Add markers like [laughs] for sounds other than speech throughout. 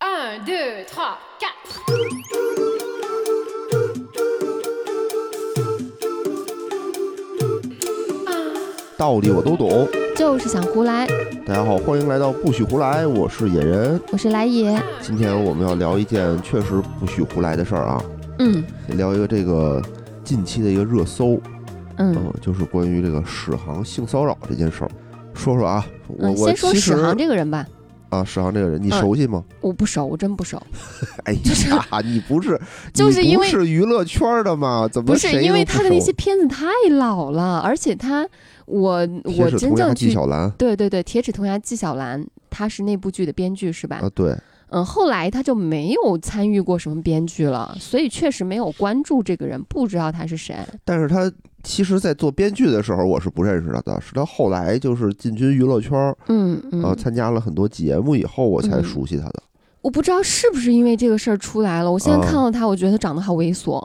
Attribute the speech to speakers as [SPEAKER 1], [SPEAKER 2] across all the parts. [SPEAKER 1] 1, 2, 3, 4.
[SPEAKER 2] 道理我都懂。
[SPEAKER 3] 就是想胡来。
[SPEAKER 2] 大家好，欢迎来到不许胡来，我是野人。
[SPEAKER 3] 我是来也，
[SPEAKER 2] 今天我们要聊一件确实不许胡来的事儿啊，
[SPEAKER 3] 嗯
[SPEAKER 2] 聊一个这个近期的一个热搜，
[SPEAKER 3] 嗯
[SPEAKER 2] 嗯，就是关于这个史航性骚扰这件事儿。说说啊，我
[SPEAKER 3] 嗯，
[SPEAKER 2] 我
[SPEAKER 3] 先说
[SPEAKER 2] 其实
[SPEAKER 3] 史航这个人吧，
[SPEAKER 2] 啊，史航这个人你
[SPEAKER 3] 嗯
[SPEAKER 2] 熟
[SPEAKER 3] [laughs]
[SPEAKER 2] 悉吗？
[SPEAKER 3] 我不熟，我真不熟，
[SPEAKER 2] 哎
[SPEAKER 3] 就是
[SPEAKER 2] 呀， [laughs] 你不是
[SPEAKER 3] [laughs] 就是
[SPEAKER 2] 你
[SPEAKER 3] 因
[SPEAKER 2] 不
[SPEAKER 3] 为
[SPEAKER 2] 是娱乐圈的吗？怎么
[SPEAKER 3] 不是
[SPEAKER 2] 谁
[SPEAKER 3] 因为
[SPEAKER 2] 都
[SPEAKER 3] 他的
[SPEAKER 2] 熟
[SPEAKER 3] 那些片子太老了，而且他我
[SPEAKER 2] 铁
[SPEAKER 3] 我
[SPEAKER 2] 齿
[SPEAKER 3] 真
[SPEAKER 2] 铜牙
[SPEAKER 3] 正
[SPEAKER 2] 纪
[SPEAKER 3] 去
[SPEAKER 2] 晓岚啊
[SPEAKER 3] 对对对，《铁齿铜牙纪晓岚》，他是那部剧的编剧是吧？
[SPEAKER 2] 啊，对，
[SPEAKER 3] 嗯，后来他就没有参与过什么编剧了，所以确实没有关注这个人，不知道他是谁。
[SPEAKER 2] 但是他其实，在做编剧的时候，我是不认识他的，是他后来就是进军娱乐圈，
[SPEAKER 3] 嗯
[SPEAKER 2] 呃，
[SPEAKER 3] 嗯，
[SPEAKER 2] 参加了很多节目以后，我才
[SPEAKER 3] 嗯
[SPEAKER 2] 熟悉他的。
[SPEAKER 3] 我不知道是不是因为这个事儿出来了。我现在
[SPEAKER 2] 啊
[SPEAKER 3] 看到他，我觉得他长得好猥琐，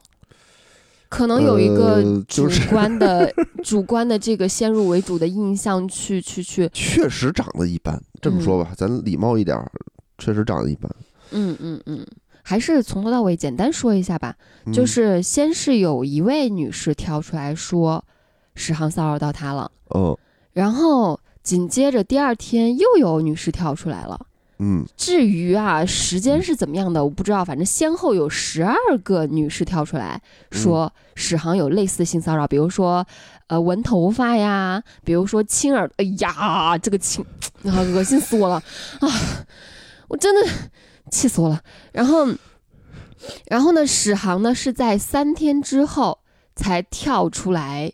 [SPEAKER 3] 可能有一个
[SPEAKER 2] 呃
[SPEAKER 3] 主
[SPEAKER 2] 就是
[SPEAKER 3] 观的、 [laughs] 主观的这个先入为主的印象去去去，
[SPEAKER 2] 确实长得一般，这么说吧，咱礼貌一点儿，确实长得一般。
[SPEAKER 3] 嗯嗯嗯，还是从头到尾简单说一下吧。
[SPEAKER 2] 嗯
[SPEAKER 3] 就是先是有一位女士跳出来说史航骚扰到她了，
[SPEAKER 2] 嗯
[SPEAKER 3] 然后紧接着第二天又有女士跳出来了。
[SPEAKER 2] 嗯，
[SPEAKER 3] 至于啊，时间是怎么样的，我不知道。反正先后有十二个女士跳出来说史航有类似的性骚扰，比如说，呃，闻头发呀，比如说亲耳，哎呀，这个亲，啊，恶心死我了啊！我真的气死我了。然后，然后呢，史航呢是在三天之后才跳出来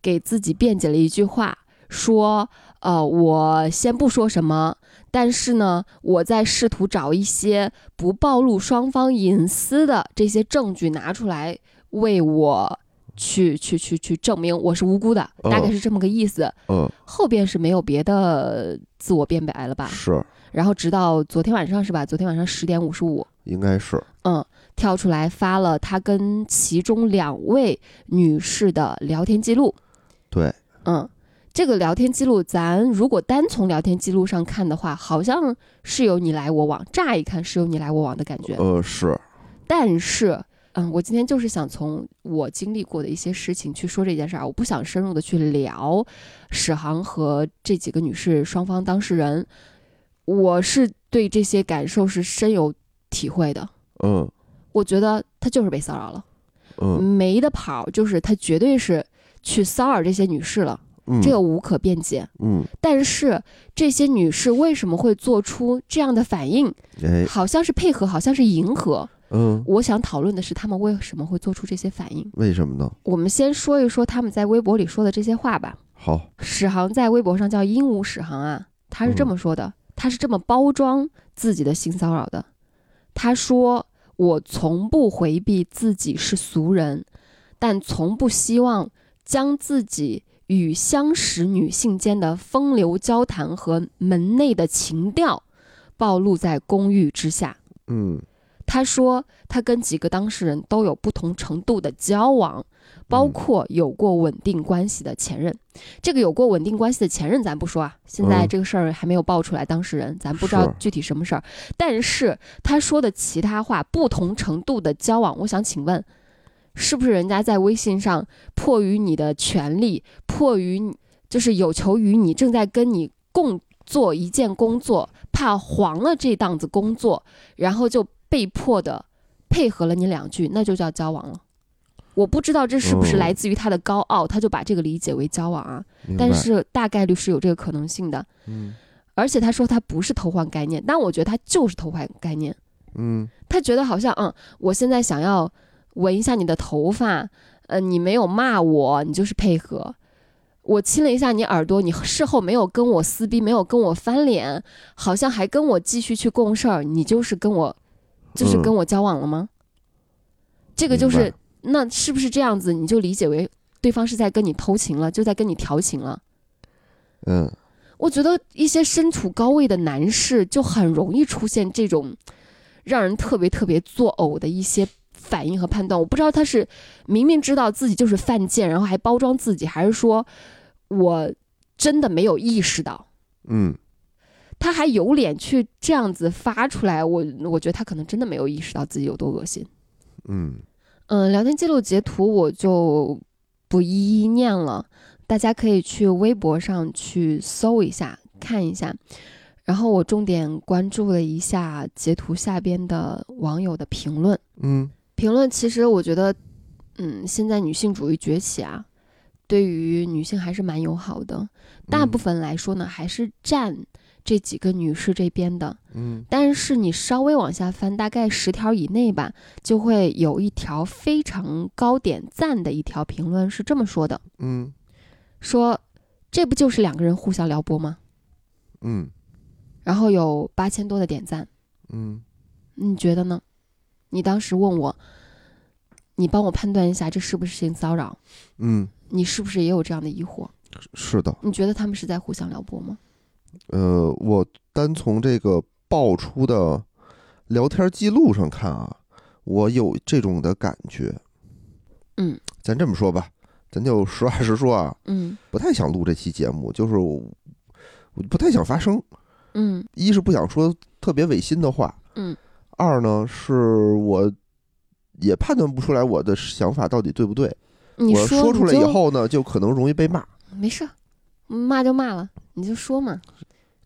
[SPEAKER 3] 给自己辩解了一句话，说，呃，我先不说什么。但是呢，我在试图找一些不暴露双方隐私的这些证据拿出来，为我去去去去证明我是无辜的，
[SPEAKER 2] 嗯
[SPEAKER 3] 大概是这么个意思。
[SPEAKER 2] 嗯
[SPEAKER 3] 后边是没有别的自我辩白了吧？
[SPEAKER 2] 是，
[SPEAKER 3] 然后直到昨天晚上是吧？昨天晚上十点五十五，
[SPEAKER 2] 应该是，
[SPEAKER 3] 嗯，跳出来发了他跟其中两位女士的聊天记录。
[SPEAKER 2] 对，
[SPEAKER 3] 嗯，这个聊天记录，咱如果单从聊天记录上看的话，好像是有你来我往，乍一看是有你来我往的感觉。
[SPEAKER 2] 呃，是，
[SPEAKER 3] 但是，嗯，我今天就是想从我经历过的一些事情去说这件事儿啊，我不想深入的去聊史航和这几个女士双方当事人，我是对这些感受是深有体会的。
[SPEAKER 2] 嗯
[SPEAKER 3] 我觉得他就是被骚扰了，
[SPEAKER 2] 嗯
[SPEAKER 3] 没得跑，就是他绝对是去骚扰这些女士了，
[SPEAKER 2] 嗯，
[SPEAKER 3] 这个无可辩解。
[SPEAKER 2] 嗯，
[SPEAKER 3] 但是这些女士为什么会做出这样的反应？
[SPEAKER 2] 哎，
[SPEAKER 3] 好像是配合，好像是迎合。
[SPEAKER 2] 嗯，
[SPEAKER 3] 我想讨论的是，她们为什么会做出这些反应？
[SPEAKER 2] 为什么呢？
[SPEAKER 3] 我们先说一说她们在微博里说的这些话吧。
[SPEAKER 2] 好，
[SPEAKER 3] 史航在微博上叫“鹦鹉史航”啊，他是这么说的，他是这么包装自己的性骚扰的。他说：“我从不回避自己是俗人，但从不希望将自己与相识女性间的风流交谈和门内的情调暴露在公寓之下。”
[SPEAKER 2] 嗯
[SPEAKER 3] 他说他跟几个当事人都有不同程度的交往，
[SPEAKER 2] 嗯
[SPEAKER 3] 包括有过稳定关系的前任。这个有过稳定关系的前任咱不说啊，现在
[SPEAKER 2] 嗯
[SPEAKER 3] 这个事儿还没有爆出来，当事人咱不知道
[SPEAKER 2] 是
[SPEAKER 3] 具体什么事儿。但是他说的其他话，不同程度的交往，我想请问。是不是人家在微信上迫于你的权利，迫于你就是有求于你，正在跟你共做一件工作，怕黄了这档子工作，然后就被迫的配合了你两句，那就叫交往了。我不知道这是不是
[SPEAKER 2] 嗯
[SPEAKER 3] 来自于他的高傲，他就把这个理解为交往啊，
[SPEAKER 2] 明白
[SPEAKER 3] 但，是大概率是有这个可能性的。
[SPEAKER 2] 嗯
[SPEAKER 3] 而且他说他不是偷换概念，但我觉得他就是偷换概念。
[SPEAKER 2] 嗯
[SPEAKER 3] 他觉得好像，嗯，我现在想要闻一下你的头发，呃，你没有骂我，你就是配合。我亲了一下你耳朵，你事后没有跟我撕逼，没有跟我翻脸，好像还跟我继续去共事儿，你就是跟我，就是
[SPEAKER 2] 嗯
[SPEAKER 3] 跟我交往了吗？这个就
[SPEAKER 2] 明白
[SPEAKER 3] 是，那是不是这样子？你就理解为对方是在跟你偷情了，就在跟你调情了。
[SPEAKER 2] 嗯，
[SPEAKER 3] 我觉得一些身处高位的男士就很容易出现这种让人特别特别作呕的一些反应和判断。我不知道他是明明知道自己就是犯贱，然后还包装自己，还是说我真的没有意识到。
[SPEAKER 2] 嗯
[SPEAKER 3] 他还有脸去这样子发出来，我我觉得他可能真的没有意识到自己有多恶心。
[SPEAKER 2] 嗯，
[SPEAKER 3] 嗯，聊天记录截图我就不一一念了，大家可以去微博上去搜一下看一下。然后我重点关注了一下截图下边的网友的评论，
[SPEAKER 2] 嗯，
[SPEAKER 3] 评论其实我觉得，嗯，现在女性主义崛起啊，对于女性还是蛮友好的。大
[SPEAKER 2] 嗯
[SPEAKER 3] 部分来说呢，还是站这几个女士这边的。
[SPEAKER 2] 嗯，
[SPEAKER 3] 但是你稍微往下翻，大概十条以内吧，就会有一条非常高点赞的一条评论是这么说的：
[SPEAKER 2] 嗯
[SPEAKER 3] 说这不就是两个人互相撩拨吗？
[SPEAKER 2] 嗯嗯
[SPEAKER 3] 然后有八千多的点赞，
[SPEAKER 2] 嗯
[SPEAKER 3] 你觉得呢？你当时问我，你帮我判断一下这是不是性骚扰？
[SPEAKER 2] 嗯，
[SPEAKER 3] 你是不是也有这样的疑惑？
[SPEAKER 2] 是的，
[SPEAKER 3] 你觉得他们是在互相撩拨吗？
[SPEAKER 2] 呃，我单从这个爆出的聊天记录上看啊，我有这种的感觉。
[SPEAKER 3] 嗯，
[SPEAKER 2] 咱这么说吧，咱就实话实说啊，
[SPEAKER 3] 嗯
[SPEAKER 2] 不太想录这期节目，就是我我不太想发声，
[SPEAKER 3] 嗯
[SPEAKER 2] 一是不想说特别违心的话，
[SPEAKER 3] 嗯，
[SPEAKER 2] 二呢是我也判断不出来我的想法到底对不对，
[SPEAKER 3] 你
[SPEAKER 2] 我说出来
[SPEAKER 3] 你
[SPEAKER 2] 以
[SPEAKER 3] 就
[SPEAKER 2] 后呢，就可能容易被骂。
[SPEAKER 3] 没事儿，骂就骂了，你就说嘛。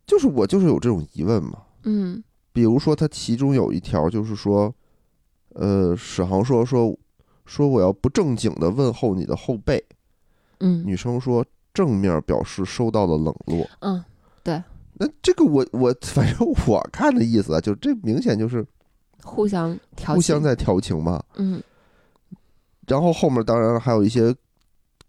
[SPEAKER 2] 就是我就是有这种疑问嘛。
[SPEAKER 3] 嗯
[SPEAKER 2] 比如说，他其中有一条就是说，呃，史航说说说我要不正经的问候你的后背，
[SPEAKER 3] 嗯
[SPEAKER 2] 女生说正面表示收到了冷落。
[SPEAKER 3] 嗯，
[SPEAKER 2] 那这个我我反正我看的意思啊，就这明显就是
[SPEAKER 3] 互相调
[SPEAKER 2] 互相
[SPEAKER 3] 情
[SPEAKER 2] 在调情嘛。
[SPEAKER 3] 嗯
[SPEAKER 2] 然后后面当然还有一些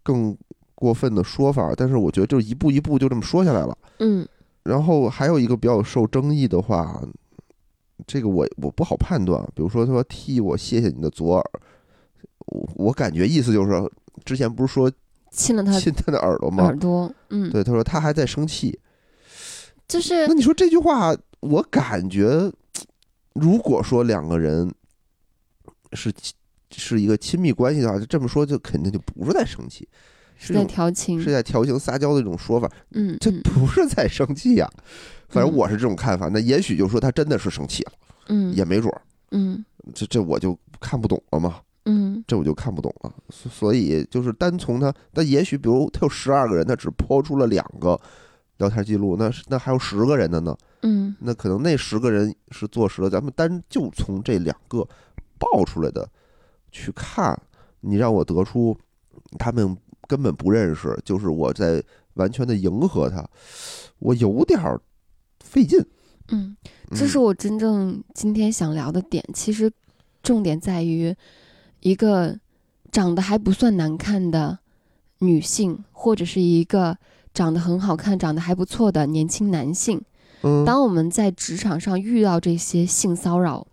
[SPEAKER 2] 更过分的说法，但是我觉得就一步一步就这么说下来了。
[SPEAKER 3] 嗯
[SPEAKER 2] 然后还有一个比较受争议的话，这个我我不好判断。啊比如说，他说替我谢谢你的左耳，我我感觉意思就是说之前不是说
[SPEAKER 3] 亲了他
[SPEAKER 2] 亲他的耳朵吗
[SPEAKER 3] 耳？朵，嗯，
[SPEAKER 2] 对，他说他还在生气。
[SPEAKER 3] 就是
[SPEAKER 2] 那你说这句话，我感觉，如果说两个人是亲是一个亲密关系的话，就这么说就肯定就不是在生气，
[SPEAKER 3] 是
[SPEAKER 2] 是一
[SPEAKER 3] 在
[SPEAKER 2] 种
[SPEAKER 3] 调情
[SPEAKER 2] 是，在调情撒娇的一种说法，
[SPEAKER 3] 嗯
[SPEAKER 2] 这
[SPEAKER 3] 嗯
[SPEAKER 2] 不是在生气呀、反正
[SPEAKER 3] 嗯
[SPEAKER 2] 我是这种看法。那也许就说他真的是生气了，
[SPEAKER 3] 嗯
[SPEAKER 2] 也没准儿。
[SPEAKER 3] 嗯
[SPEAKER 2] 这这我就看不懂了嘛，
[SPEAKER 3] 嗯
[SPEAKER 2] 这我就看不懂了。所所以就是单从他，那也许比如他有十二个人，他只抛出了两个聊天记录，那是那还有十个人的呢，
[SPEAKER 3] 嗯
[SPEAKER 2] 那可能那十个人是坐实了。咱们单就从这两个爆出来的去看，你让我得出他们根本不认识，就是我在完全的迎合他，我有点儿费劲。
[SPEAKER 3] 嗯，
[SPEAKER 2] 嗯
[SPEAKER 3] 这是我真正今天想聊的点。其实重点在于一个长得还不算难看的女性，或者是一个长得很好看、长得还不错的年轻男性，
[SPEAKER 2] 嗯，
[SPEAKER 3] 当我们在职场上遇到这些性骚扰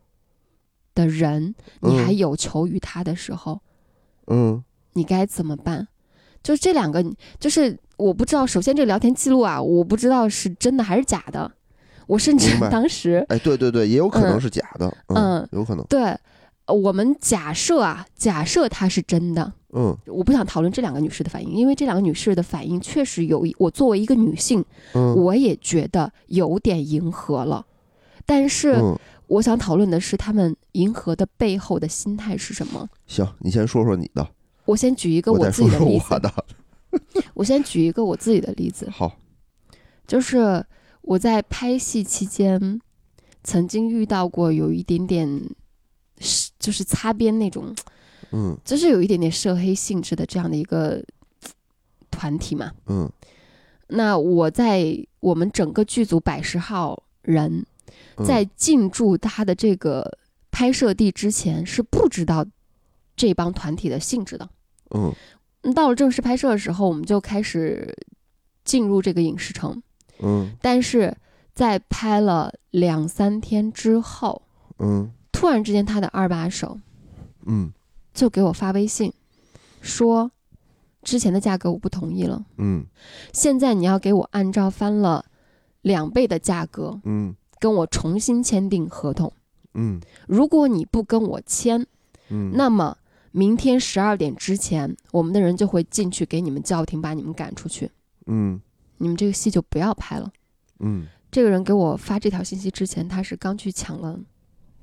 [SPEAKER 3] 的人，你还
[SPEAKER 2] 嗯
[SPEAKER 3] 有求于他的时候，
[SPEAKER 2] 嗯
[SPEAKER 3] 你该怎么办？就这两个，就是我不知道。首先，这聊天记录啊，我不知道是真的还是假的。我甚至
[SPEAKER 2] 明白
[SPEAKER 3] 当时，
[SPEAKER 2] 哎，对对对，也有可能是假的，嗯，
[SPEAKER 3] 嗯
[SPEAKER 2] 有可能，
[SPEAKER 3] 对呃我们假设啊，假设他是真的，
[SPEAKER 2] 嗯
[SPEAKER 3] 我不想讨论这两个女士的反应，因为这两个女士的反应确实有一，我作为一个女性，
[SPEAKER 2] 嗯
[SPEAKER 3] 我也觉得有点迎合了。但是，
[SPEAKER 2] 嗯，
[SPEAKER 3] 我想讨论的是他们迎合的背后的心态是什么。
[SPEAKER 2] 行，你先说说你的，
[SPEAKER 3] 我先举一个
[SPEAKER 2] 再
[SPEAKER 3] 我自
[SPEAKER 2] 说
[SPEAKER 3] 己的
[SPEAKER 2] 说
[SPEAKER 3] 例
[SPEAKER 2] 我
[SPEAKER 3] 子，
[SPEAKER 2] 的。 [laughs]
[SPEAKER 3] 我先举一个我自己的例子，
[SPEAKER 2] 好，
[SPEAKER 3] 就是我在拍戏期间曾经遇到过有一点点是就是擦边那种，
[SPEAKER 2] 嗯
[SPEAKER 3] 就是有一点点涉黑性质的这样的一个团体嘛。
[SPEAKER 2] 嗯
[SPEAKER 3] 那我在我们整个剧组百十号人
[SPEAKER 2] 嗯，
[SPEAKER 3] 在进驻他的这个拍摄地之前是不知道这帮团体的性质的。
[SPEAKER 2] 嗯
[SPEAKER 3] 嗯到了正式拍摄的时候，我们就开始进入这个影视城。
[SPEAKER 2] 嗯
[SPEAKER 3] 但是在拍了两三天之后，
[SPEAKER 2] 嗯
[SPEAKER 3] 突然之间，他的二把手
[SPEAKER 2] 嗯
[SPEAKER 3] 就给我发微信，说之前的价格我不同意了，
[SPEAKER 2] 嗯
[SPEAKER 3] 现在你要给我按照翻了两倍的价格
[SPEAKER 2] 嗯
[SPEAKER 3] 跟我重新签订合同。
[SPEAKER 2] 嗯
[SPEAKER 3] 如果你不跟我签，
[SPEAKER 2] 嗯，
[SPEAKER 3] 那么明天十二点之前，我们的人就会进去给你们叫停，把你们赶出去，
[SPEAKER 2] 嗯
[SPEAKER 3] 你们这个戏就不要拍了。
[SPEAKER 2] 嗯
[SPEAKER 3] 这个人给我发这条信息之前，他是刚去抢了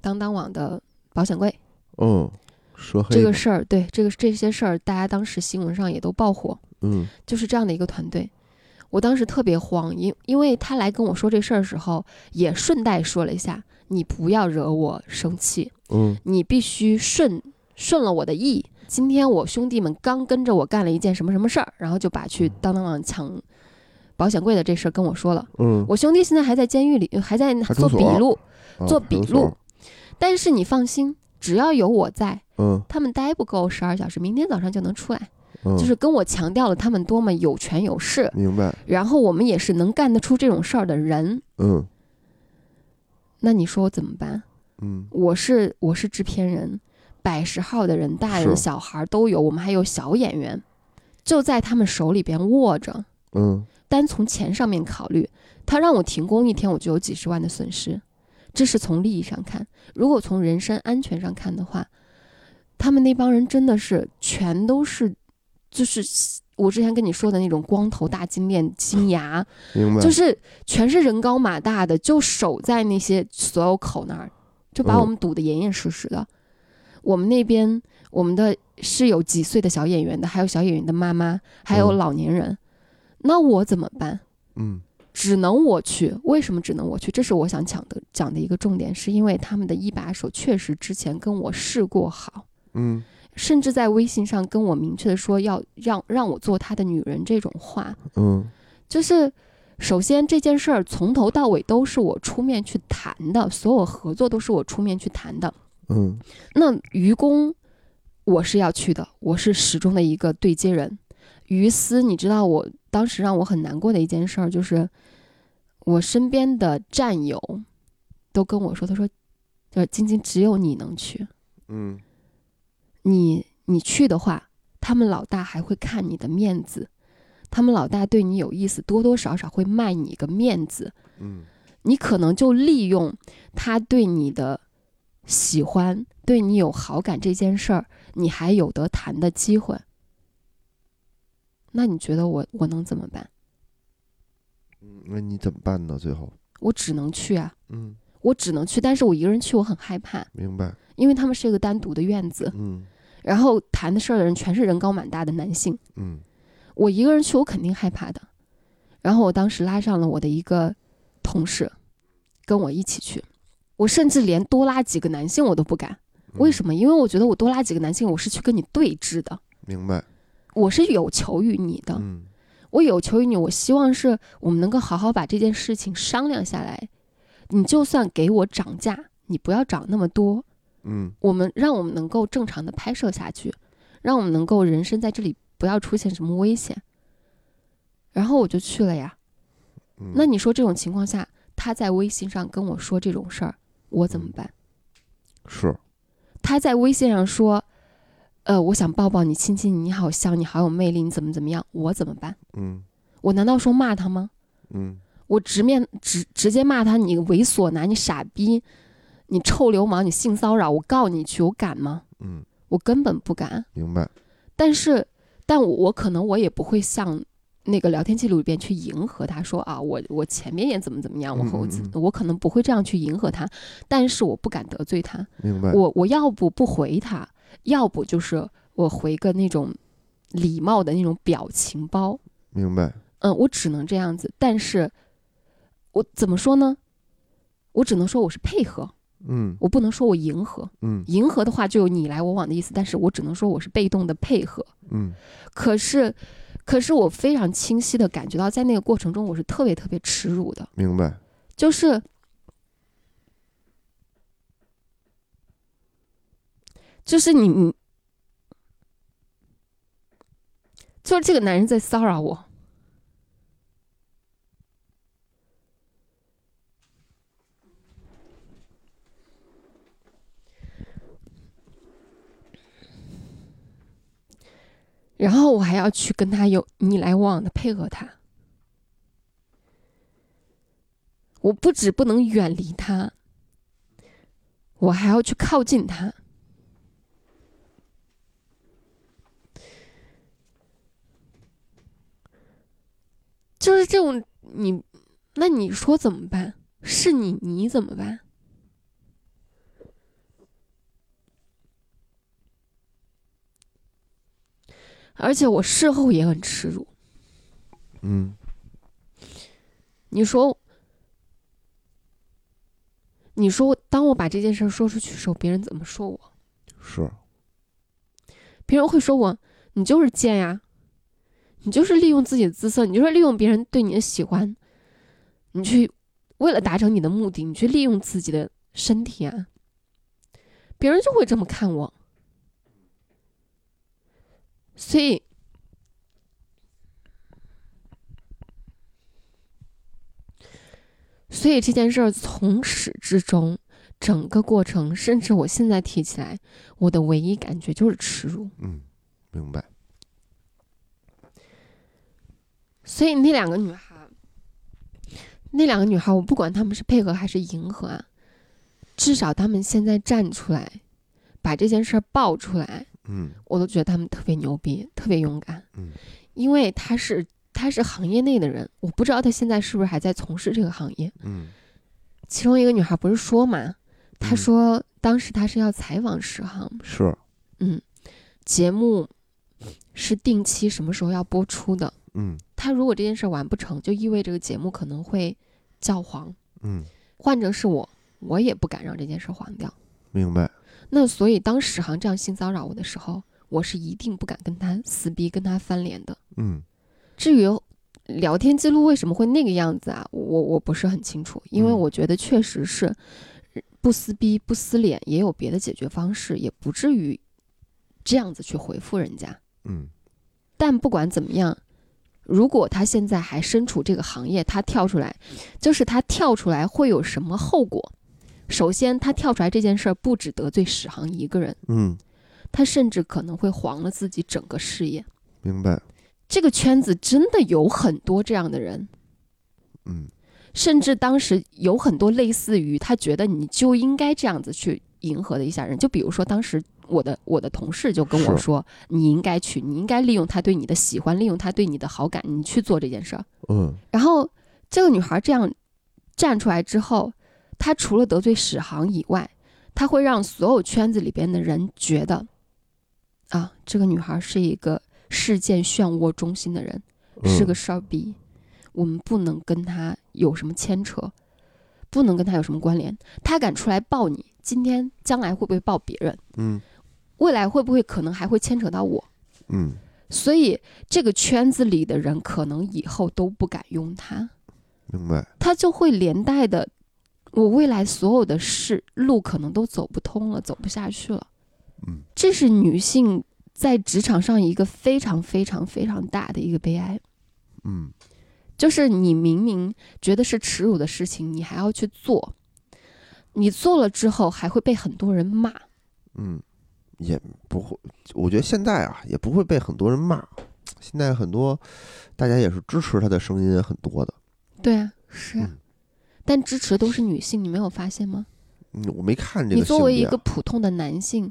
[SPEAKER 3] 当当网的保险柜。
[SPEAKER 2] 嗯，涉黑
[SPEAKER 3] 这
[SPEAKER 2] 的
[SPEAKER 3] 个事儿，对这个这些事儿，大家当时新闻上也都爆火，
[SPEAKER 2] 嗯
[SPEAKER 3] 就是这样的一个团队。我当时特别慌，因因为他来跟我说这事儿的时候，也顺带说了一下，你不要惹我生气，
[SPEAKER 2] 嗯
[SPEAKER 3] 你必须顺顺了我的意。今天我兄弟们刚跟着我干了一件什么什么事儿，然后就把去当当网抢保险柜的这事儿跟我说了。
[SPEAKER 2] 嗯，
[SPEAKER 3] 我兄弟现在还在监狱里，呃还在
[SPEAKER 2] 派出
[SPEAKER 3] 做
[SPEAKER 2] 所
[SPEAKER 3] 笔录，
[SPEAKER 2] 啊
[SPEAKER 3] 做
[SPEAKER 2] 派
[SPEAKER 3] 笔
[SPEAKER 2] 出所
[SPEAKER 3] 录但是你放心，只要有我在，
[SPEAKER 2] 嗯
[SPEAKER 3] 他们待不够十二小时，明天早上就能出来。
[SPEAKER 2] 嗯，
[SPEAKER 3] 就是跟我强调了他们多么有权有势，
[SPEAKER 2] 明白，
[SPEAKER 3] 然后我们也是能干得出这种事儿的人。
[SPEAKER 2] 嗯
[SPEAKER 3] 那你说我怎么办？
[SPEAKER 2] 嗯
[SPEAKER 3] 我是我是制片人，百十号的人，大人
[SPEAKER 2] 是
[SPEAKER 3] 小孩都有，我们还有小演员，就在他们手里边握着。
[SPEAKER 2] 嗯，
[SPEAKER 3] 单从钱上面考虑，他让我停工一天，我就有几十万的损失，这是从利益上看。如果从人身安全上看的话，他们那帮人真的是全都是，就是我之前跟你说的那种光头大金链、金牙，
[SPEAKER 2] 明白，
[SPEAKER 3] 就是全是人高马大的，就守在那些所有口那儿，就把
[SPEAKER 2] 嗯
[SPEAKER 3] 我们堵得严严实实的。我们那边，我们的是有几岁的小演员的，还有小演员的妈妈，还有
[SPEAKER 2] 嗯
[SPEAKER 3] 老年人。那我怎么办？
[SPEAKER 2] 嗯
[SPEAKER 3] 只能我去，为什么只能我去？这是我想讲的讲的一个重点，是因为他们的一把手确实之前跟我试过好，
[SPEAKER 2] 嗯
[SPEAKER 3] 甚至在微信上跟我明确的说要让让我做他的女人这种话，
[SPEAKER 2] 嗯
[SPEAKER 3] 就是首先这件事儿从头到尾都是我出面去谈的，所有合作都是我出面去谈的。
[SPEAKER 2] 嗯
[SPEAKER 3] 那愚公我是要去的，我是始终的一个对接人。于私，你知道我当时让我很难过的一件事儿，就是我身边的战友都跟我说，他说，就是晶晶只有你能去，
[SPEAKER 2] 嗯
[SPEAKER 3] 你你去的话，他们老大还会看你的面子，他们老大对你有意思，多多少少会卖你一个面子。
[SPEAKER 2] 嗯
[SPEAKER 3] 你可能就利用他对你的喜欢、对你有好感这件事儿，你还有得谈的机会。那你觉得我我能怎么办？
[SPEAKER 2] 嗯，那你怎么办呢？最后，
[SPEAKER 3] 我只能去啊，
[SPEAKER 2] 嗯，
[SPEAKER 3] 我只能去。但是我一个人去，我很害怕，
[SPEAKER 2] 明白，
[SPEAKER 3] 因为他们是一个单独的院子，
[SPEAKER 2] 嗯
[SPEAKER 3] 然后谈的事儿的人全是人高马大的男性。
[SPEAKER 2] 嗯
[SPEAKER 3] 我一个人去，我肯定害怕的。然后我当时拉上了我的一个同事，跟我一起去。我甚至连多拉几个男性我都不敢，
[SPEAKER 2] 嗯
[SPEAKER 3] 为什么？因为我觉得我多拉几个男性，我是去跟你对峙的，
[SPEAKER 2] 明白，
[SPEAKER 3] 我是有求于你的，
[SPEAKER 2] 嗯
[SPEAKER 3] 我有求于你，我希望是我们能够好好把这件事情商量下来。你就算给我涨价，你不要涨那么多，
[SPEAKER 2] 嗯
[SPEAKER 3] 我们让我们能够正常的拍摄下去，让我们能够人身在这里不要出现什么危险。然后我就去了呀。
[SPEAKER 2] 嗯，
[SPEAKER 3] 那你说这种情况下，他在微信上跟我说这种事儿，我怎么办？
[SPEAKER 2] 是，
[SPEAKER 3] 他在微信上说，呃，我想抱抱你，亲亲你，你好香，你好有魅力，你怎么怎么样，我怎么办？
[SPEAKER 2] 嗯
[SPEAKER 3] 我难道说骂他吗？
[SPEAKER 2] 嗯
[SPEAKER 3] 我直面直直接骂他，你猥琐男，你傻逼，你臭流氓，你性骚扰，我告你去，我敢吗？
[SPEAKER 2] 嗯，
[SPEAKER 3] 我根本不敢。
[SPEAKER 2] 明白，
[SPEAKER 3] 但是，但我我可能我也不会像那个聊天记录里边去迎合他说啊，我我前面也怎么怎么样，我后
[SPEAKER 2] 嗯嗯
[SPEAKER 3] 我可能不会这样去迎合他，但是我不敢得罪他，
[SPEAKER 2] 明白，
[SPEAKER 3] 我我要不不回他，要不就是我回个那种礼貌的那种表情包，
[SPEAKER 2] 明白，
[SPEAKER 3] 嗯，我只能这样子，但是我怎么说呢？我只能说我是配合，
[SPEAKER 2] 嗯
[SPEAKER 3] 我不能说我迎合。
[SPEAKER 2] 嗯
[SPEAKER 3] 迎合的话就有你来我往的意思，但是我只能说我是被动的配合。
[SPEAKER 2] 嗯
[SPEAKER 3] 可是，可是我非常清晰的感觉到，在那个过程中，我是特别特别耻辱的，
[SPEAKER 2] 明白，
[SPEAKER 3] 就是，就是你，你，就是这个男人在骚扰我。然后我还要去跟他有你来我往的配合他，我不止不能远离他，我还要去靠近他。就是这种你，那你说怎么办？是你，你怎么办？而且我事后也很耻辱。
[SPEAKER 2] 嗯
[SPEAKER 3] 你说，你说我，当我把这件事儿说出去的时候，别人怎么说我？
[SPEAKER 2] 是，
[SPEAKER 3] 别人会说我，你就是贱呀，你就是利用自己的姿色，你就是利用别人对你的喜欢，你去为了达成你的目的，你去利用自己的身体啊，别人就会这么看我，所以。所以这件事儿从始至终，整个过程，甚至我现在提起来，我的唯一感觉就是耻辱。
[SPEAKER 2] 嗯，明白。
[SPEAKER 3] 所以那两个女孩，那两个女孩，我不管她们是配合还是迎合啊，至少她们现在站出来，把这件事儿爆出来，
[SPEAKER 2] 嗯
[SPEAKER 3] 我都觉得她们特别牛逼，特别勇敢。
[SPEAKER 2] 嗯，
[SPEAKER 3] 因为她是她是行业内的人，我不知道她现在是不是还在从事这个行业。
[SPEAKER 2] 嗯
[SPEAKER 3] 其中一个女孩不是说嘛，她
[SPEAKER 2] 嗯
[SPEAKER 3] 说当时她是要采访石航，
[SPEAKER 2] 是，
[SPEAKER 3] 嗯，节目是定期什么时候要播出的，
[SPEAKER 2] 嗯
[SPEAKER 3] 他如果这件事儿完不成，就意味着这个节目可能会教黄。
[SPEAKER 2] 嗯，
[SPEAKER 3] 换成是我，我也不敢让这件事儿黄掉。
[SPEAKER 2] 明白。
[SPEAKER 3] 那所以当史航这样性骚扰我的时候，我是一定不敢跟他撕逼、跟他翻脸的。
[SPEAKER 2] 嗯
[SPEAKER 3] 至于聊天记录为什么会那个样子啊，我我不是很清楚，因为
[SPEAKER 2] 嗯
[SPEAKER 3] 我觉得确实是呃不撕逼、不撕脸，也有别的解决方式，也不至于这样子去回复人家。
[SPEAKER 2] 嗯
[SPEAKER 3] 但不管怎么样，如果他现在还身处这个行业，他跳出来，就是他跳出来会有什么后果？首先，他跳出来这件事儿不只得罪史航一个人，
[SPEAKER 2] 嗯，
[SPEAKER 3] 他甚至可能会黄了自己整个事业。
[SPEAKER 2] 明白。
[SPEAKER 3] 这个圈子真的有很多这样的人，
[SPEAKER 2] 嗯
[SPEAKER 3] 甚至当时有很多类似于他觉得你就应该这样子去迎合的一下人，就比如说当时我的我的同事就跟我
[SPEAKER 2] 是
[SPEAKER 3] 说，你应该去，你应该利用他对你的喜欢，利用他对你的好感，你去做这件事儿。
[SPEAKER 2] 嗯
[SPEAKER 3] 然后这个女孩这样站出来之后，她除了得罪史航以外，她会让所有圈子里边的人觉得，啊，这个女孩是一个事件漩涡中心的人，
[SPEAKER 2] 嗯
[SPEAKER 3] 是个事儿逼，我们不能跟她有什么牵扯，不能跟她有什么关联。她敢出来爆你，今天将来会不会爆别人？
[SPEAKER 2] 嗯
[SPEAKER 3] 未来会不会可能还会牵扯到我？
[SPEAKER 2] 嗯
[SPEAKER 3] 所以这个圈子里的人可能以后都不敢用她。
[SPEAKER 2] 明白。
[SPEAKER 3] 它就会连带的，我未来所有的事路可能都走不通了，走不下去了。
[SPEAKER 2] 嗯，
[SPEAKER 3] 这是女性在职场上一个非常非常非常大的一个悲哀，
[SPEAKER 2] 嗯
[SPEAKER 3] 就是你明明觉得是耻辱的事情，你还要去做，你做了之后还会被很多人骂。
[SPEAKER 2] 嗯，也不会。我觉得现在啊，也不会被很多人骂。现在很多大家也是支持他的声音也很多的。
[SPEAKER 3] 对啊，是啊。
[SPEAKER 2] 嗯
[SPEAKER 3] 但支持都是女性，你没有发现吗？
[SPEAKER 2] 嗯，我没看这个。
[SPEAKER 3] 你作为一个，普通的男性，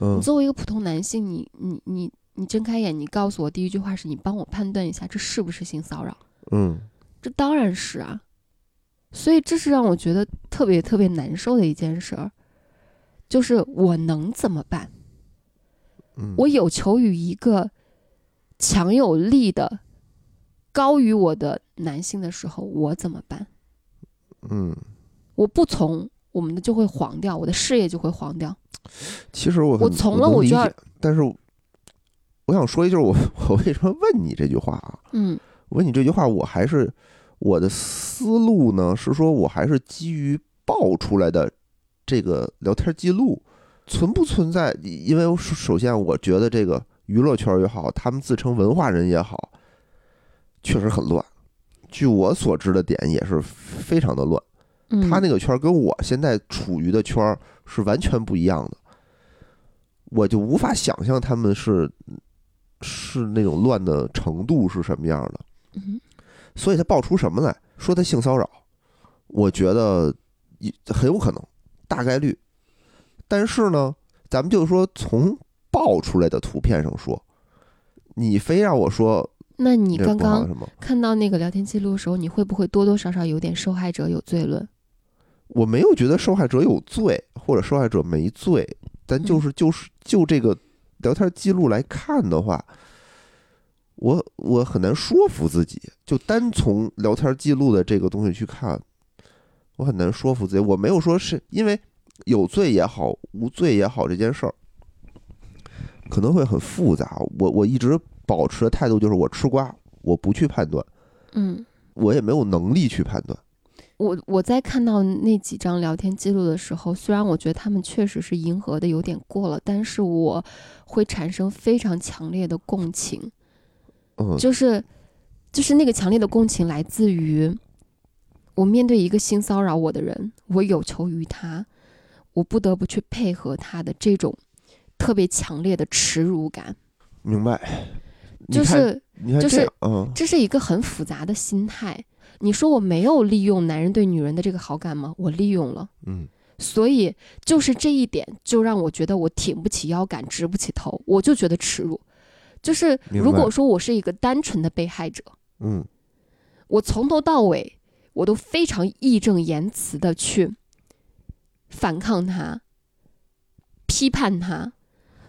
[SPEAKER 2] 嗯
[SPEAKER 3] 你作为一个普通男性，你你你你睁开眼，你告诉我第一句话是你帮我判断一下这是不是性骚扰？
[SPEAKER 2] 嗯
[SPEAKER 3] 这当然是啊，所以这是让我觉得特别特别难受的一件事儿，就是我能怎么办？
[SPEAKER 2] 嗯，
[SPEAKER 3] 我有求于一个强有力的、高于我的男性的时候，我怎么办？
[SPEAKER 2] 嗯。
[SPEAKER 3] 我不从，我们的就会黄掉，我的事业就会黄掉。
[SPEAKER 2] 其实我很
[SPEAKER 3] 我从了
[SPEAKER 2] 能
[SPEAKER 3] 我
[SPEAKER 2] 理
[SPEAKER 3] 就要
[SPEAKER 2] 解，但是我想说一句，我 [laughs] 我为什么问你这句话啊？
[SPEAKER 3] 嗯
[SPEAKER 2] 我问你这句话，我还是我的思路呢，是说我还是基于爆出来的这个聊天记录存不存在？因为首先我觉得这个娱乐圈也好，他们自称文化人也好，确实很乱。据我所知的点也是非常的乱。
[SPEAKER 3] 嗯，
[SPEAKER 2] 他那个圈儿跟我现在处于的圈儿是完全不一样的，我就无法想象他们是是那种乱的程度是什么样的。
[SPEAKER 3] 嗯
[SPEAKER 2] 所以他爆出什么来说他性骚扰，我觉得也很有可能，大概率。但是呢，咱们就说从爆出来的图片上说，你非让我说
[SPEAKER 3] 那你
[SPEAKER 2] 这
[SPEAKER 3] 刚
[SPEAKER 2] 不好
[SPEAKER 3] 刚
[SPEAKER 2] 什么？
[SPEAKER 3] 看到那个聊天记录的时候，你会不会多多少少有点受害者有罪论？
[SPEAKER 2] 我没有觉得受害者有罪或者受害者没罪，咱
[SPEAKER 3] 嗯
[SPEAKER 2] 就是就是就这个聊天记录来看的话，我我很难说服自己，就单从聊天记录的这个东西去看，我很难说服自己。我没有说是因为有罪也好，无罪也好这件事儿，可能会很复杂。我我一直保持的态度就是我吃瓜，我不去判断，
[SPEAKER 3] 嗯，
[SPEAKER 2] 我也没有能力去判断。
[SPEAKER 3] 我我在看到那几张聊天记录的时候，虽然我觉得他们确实是迎合的有点过了，但是我会产生非常强烈的共情，
[SPEAKER 2] 嗯，
[SPEAKER 3] 就是就是那个强烈的共情来自于我面对一个性骚扰我的人，我有求于他，我不得不去配合他的这种特别强烈的耻辱感，
[SPEAKER 2] 明白。你
[SPEAKER 3] 就
[SPEAKER 2] 看
[SPEAKER 3] 是。
[SPEAKER 2] 你看
[SPEAKER 3] 就
[SPEAKER 2] 这
[SPEAKER 3] 是
[SPEAKER 2] 样，嗯，
[SPEAKER 3] 这是一个很复杂的心态。你说我没有利用男人对女人的这个好感吗？我利用了，
[SPEAKER 2] 嗯，
[SPEAKER 3] 所以就是这一点就让我觉得我挺不起腰杆，直不起头，我就觉得耻辱。就是
[SPEAKER 2] 明
[SPEAKER 3] 如
[SPEAKER 2] 白
[SPEAKER 3] 果说我是一个单纯的被害者，
[SPEAKER 2] 嗯，
[SPEAKER 3] 我从头到尾我都非常义正言辞的去反抗他、批判他，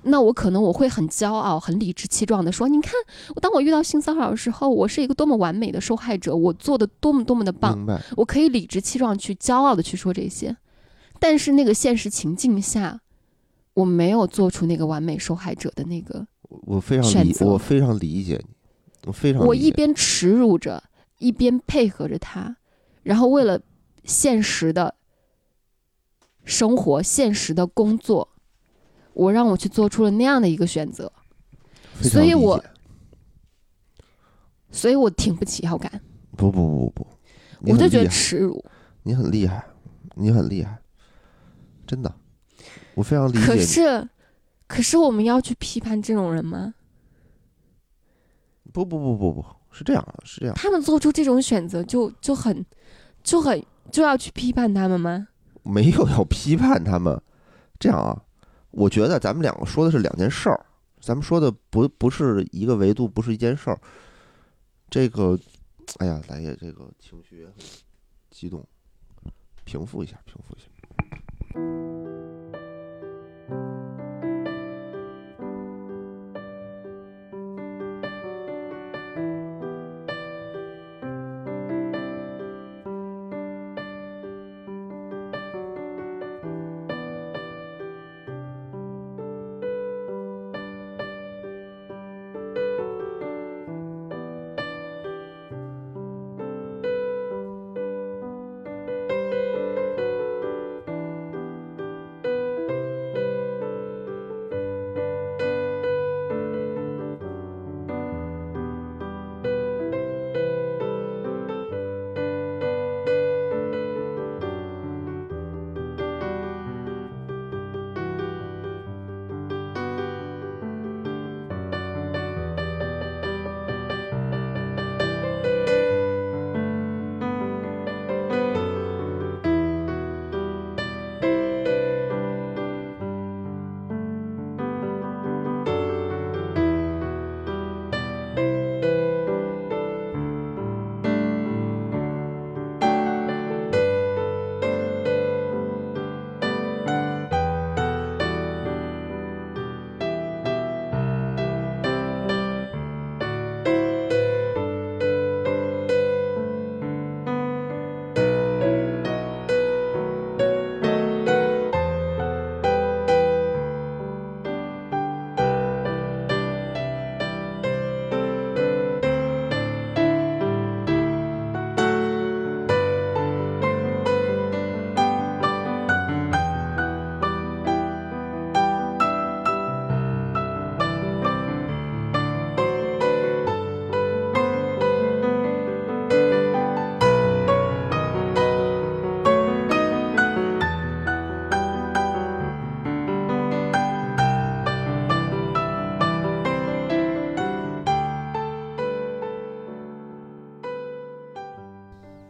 [SPEAKER 3] 那我可能我会很骄傲、很理直气壮的说：“你看，当我遇到性骚扰的时候，我是一个多么完美的受害者，我做的多么多么的棒，
[SPEAKER 2] 明白，
[SPEAKER 3] 我可以理直气壮去骄傲的去说这些。”但是那个现实情境下，我没有做出那个完美受害者的那个
[SPEAKER 2] 我非常
[SPEAKER 3] 选
[SPEAKER 2] 理，
[SPEAKER 3] 择
[SPEAKER 2] 我非常理解你，我非常
[SPEAKER 3] 我
[SPEAKER 2] 理
[SPEAKER 3] 一
[SPEAKER 2] 解
[SPEAKER 3] 边耻辱着，一边配合着他，然后为了现实的生活、现实的工作，我让我去做出了那样的一个选择，
[SPEAKER 2] 非
[SPEAKER 3] 所
[SPEAKER 2] 常
[SPEAKER 3] 以
[SPEAKER 2] 理
[SPEAKER 3] 我
[SPEAKER 2] 解
[SPEAKER 3] 所以我挺不起腰杆，
[SPEAKER 2] 不不不不，你
[SPEAKER 3] 我就
[SPEAKER 2] 很
[SPEAKER 3] 觉
[SPEAKER 2] 厉
[SPEAKER 3] 得
[SPEAKER 2] 害，
[SPEAKER 3] 耻辱。
[SPEAKER 2] 你很厉害，你很厉害，真的，我非常理
[SPEAKER 3] 可
[SPEAKER 2] 解
[SPEAKER 3] 是，可是我们要去批判这种人吗？
[SPEAKER 2] 你。不不不不不，是这样啊，是这样，
[SPEAKER 3] 他们做出这种选择就就很就很就要去批判他们吗？
[SPEAKER 2] 没有要批判他们。 [laughs] 这样啊，我觉得咱们两个说的是两件事儿，咱们说的不不是一个维度，不是一件事儿。这个，哎呀，来也这个情绪也很激动，平复一下，平复一下。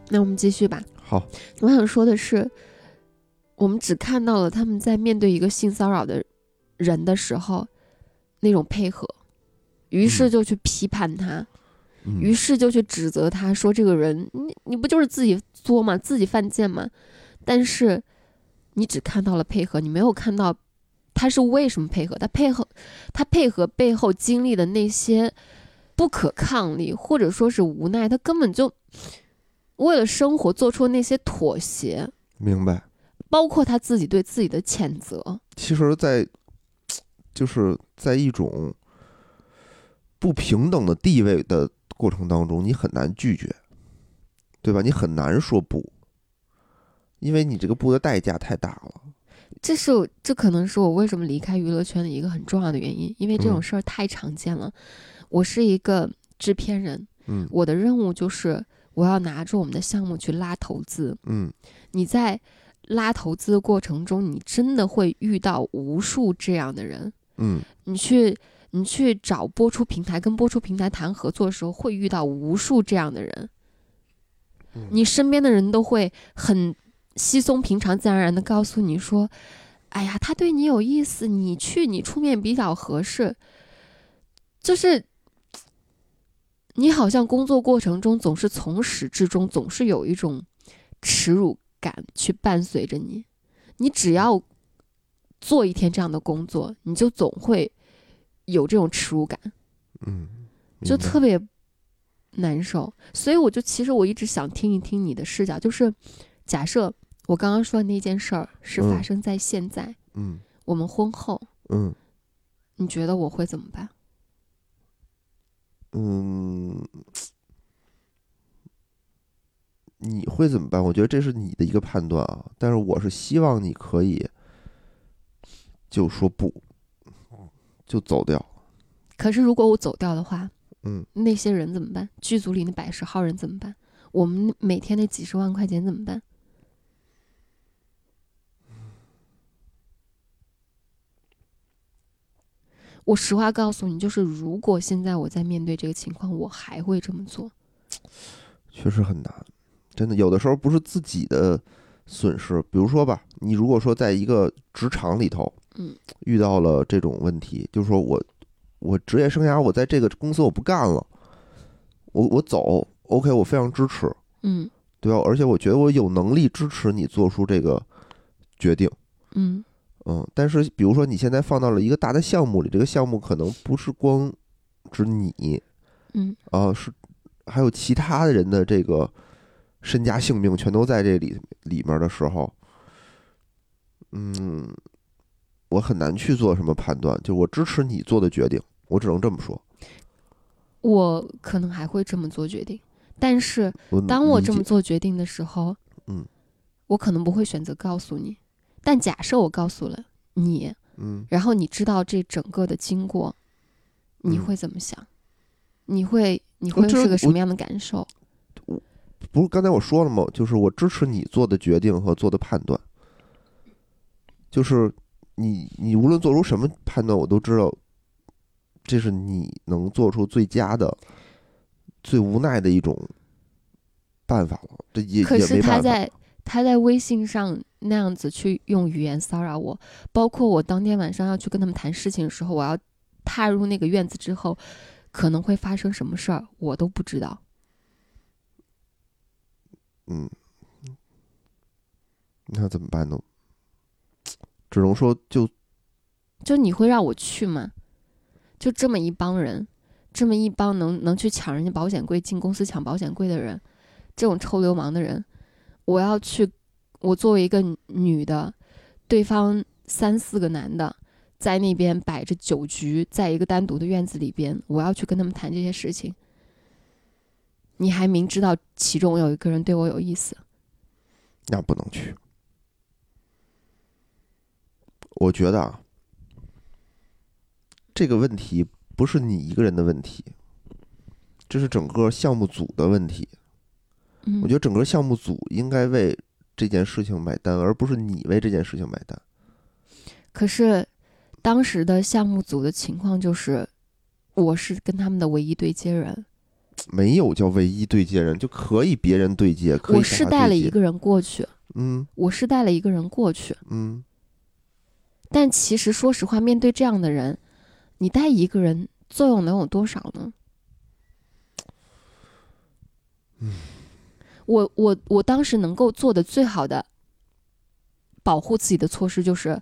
[SPEAKER 3] 那我们继续吧。
[SPEAKER 2] 好，
[SPEAKER 3] 我想说的是，我们只看到了他们在面对一个性骚扰的人的时候那种配合，于是
[SPEAKER 2] 嗯
[SPEAKER 3] 就去批判他，于是就去指责他说：“这个人，你你不就是自己作吗？自己犯贱吗？”但是你只看到了配合，你没有看到他是为什么配合，他配合他配合背后经历的那些不可抗力或者说是无奈，他根本就为了生活做出那些妥协，
[SPEAKER 2] 明白。
[SPEAKER 3] 包括他自己对自己的谴责。
[SPEAKER 2] 其实在，就是在一种不平等的地位的过程当中，你很难拒绝，对吧？你很难说不，因为你这个不的代价太大了。
[SPEAKER 3] 这是我这可能是我为什么离开娱乐圈的一个很重要的原因，因为这种
[SPEAKER 2] 嗯
[SPEAKER 3] 事儿太常见了。我是一个制片人，
[SPEAKER 2] 嗯
[SPEAKER 3] 我的任务就是我要拿着我们的项目去拉投资。
[SPEAKER 2] 嗯，
[SPEAKER 3] 你在拉投资的过程中，你真的会遇到无数这样的人。
[SPEAKER 2] 嗯，
[SPEAKER 3] 你去你去找播出平台，跟播出平台谈合作的时候，会遇到无数这样的人。你身边的人都会很稀松平常、自然而然的告诉你说：“哎呀，他对你有意思，你去，你出面比较合适。”就是你好像工作过程中总是从始至终总是有一种耻辱感去伴随着你，你只要做一天这样的工作，你就总会有这种耻辱感，
[SPEAKER 2] 嗯，
[SPEAKER 3] 就
[SPEAKER 2] 明白
[SPEAKER 3] 特别难受。所以我就其实我一直想听一听你的视角，就是假设我刚刚说的那件事儿是发
[SPEAKER 2] 嗯
[SPEAKER 3] 生在现在，
[SPEAKER 2] 嗯
[SPEAKER 3] 我们婚后，
[SPEAKER 2] 嗯
[SPEAKER 3] 你觉得我会怎么办？
[SPEAKER 2] 嗯，你会怎么办？我觉得这是你的一个判断啊，但是我是希望你可以就说不，就走掉。
[SPEAKER 3] 可是如果我走掉的话，
[SPEAKER 2] 嗯，
[SPEAKER 3] 那些人怎么办？剧组里那百十号人怎么办？我们每天那几十万块钱怎么办？ [sighs] 我实话告诉你，就是如果现在我在面对这个情况，我还会这么做。
[SPEAKER 2] 确实很难，真的有的时候不是自己的损失，比如说吧，你如果说在一个职场里头，
[SPEAKER 3] 嗯，
[SPEAKER 2] 遇到了这种问题，就是说我我职业生涯我在这个公司我不干了，我我走，OK，我非常支持，
[SPEAKER 3] 嗯
[SPEAKER 2] 对吧？而且我觉得我有能力支持你做出这个决定，
[SPEAKER 3] 嗯
[SPEAKER 2] 嗯，但是比如说你现在放到了一个大的项目里，这个项目可能不是光指你，
[SPEAKER 3] 嗯
[SPEAKER 2] 啊，是还有其他的人的这个身家性命全都在这里里面的时候，嗯，我很难去做什么判断，就我支持你做的决定，我只能这么说。
[SPEAKER 3] 我可能还会这么做决定，但是
[SPEAKER 2] 我
[SPEAKER 3] 当
[SPEAKER 2] 嗯
[SPEAKER 3] 我
[SPEAKER 2] 理
[SPEAKER 3] 这么
[SPEAKER 2] 解
[SPEAKER 3] 做决定的时候，
[SPEAKER 2] 嗯，
[SPEAKER 3] 我可能不会选择告诉你，但假设我告诉了你，
[SPEAKER 2] 嗯
[SPEAKER 3] 然后你知道这整个的经过，你
[SPEAKER 2] 嗯
[SPEAKER 3] 会怎么想？你会你
[SPEAKER 2] 我
[SPEAKER 3] 会
[SPEAKER 2] 知道
[SPEAKER 3] 是个
[SPEAKER 2] 我
[SPEAKER 3] 什么样的感受？
[SPEAKER 2] 不是刚才我说了吗？就是我支持你做的决定和做的判断，就是你你无论做出什么判断，我都知道这是你能做出最佳的、最无奈的一种办法了。这也
[SPEAKER 3] 可
[SPEAKER 2] 也
[SPEAKER 3] 是
[SPEAKER 2] 没
[SPEAKER 3] 他
[SPEAKER 2] 办法。
[SPEAKER 3] 在他在微信上那样子去用语言骚扰我，包括我当天晚上要去跟他们谈事情的时候，我要踏入那个院子之后，可能会发生什么事儿，我都不知道。
[SPEAKER 2] 嗯，那怎么办呢？只能说就
[SPEAKER 3] 就你会让我去吗？就这么一帮人，这么一帮能能去抢人家保险柜、进公司抢保险柜的人，这种臭流氓的人，我要去，我作为一个女的，对方三四个男的在那边摆着酒局，在一个单独的院子里边，我要去跟他们谈这些事情。你还明知道其中有一个人对我有意思，
[SPEAKER 2] 那不能去。我觉得啊，这个问题不是你一个人的问题，这是整个项目组的问题。
[SPEAKER 3] 嗯，
[SPEAKER 2] 我觉得整个项目组应该为这件事情买单，而不是你为这件事情买单。
[SPEAKER 3] 可是当时的项目组的情况就是，我是跟他们的唯一对接人，
[SPEAKER 2] 没有叫唯一对接人，就可以别人对接，可以
[SPEAKER 3] 我
[SPEAKER 2] 找
[SPEAKER 3] 是
[SPEAKER 2] 他
[SPEAKER 3] 带了
[SPEAKER 2] 对
[SPEAKER 3] 一
[SPEAKER 2] 接，
[SPEAKER 3] 个人过去，
[SPEAKER 2] 嗯
[SPEAKER 3] 我是带了一个人过去。
[SPEAKER 2] 嗯，
[SPEAKER 3] 但其实说实话，面对这样的人，你带一个人作用能有多少呢？
[SPEAKER 2] 嗯
[SPEAKER 3] 我我我当时能够做的最好的保护自己的措施就是，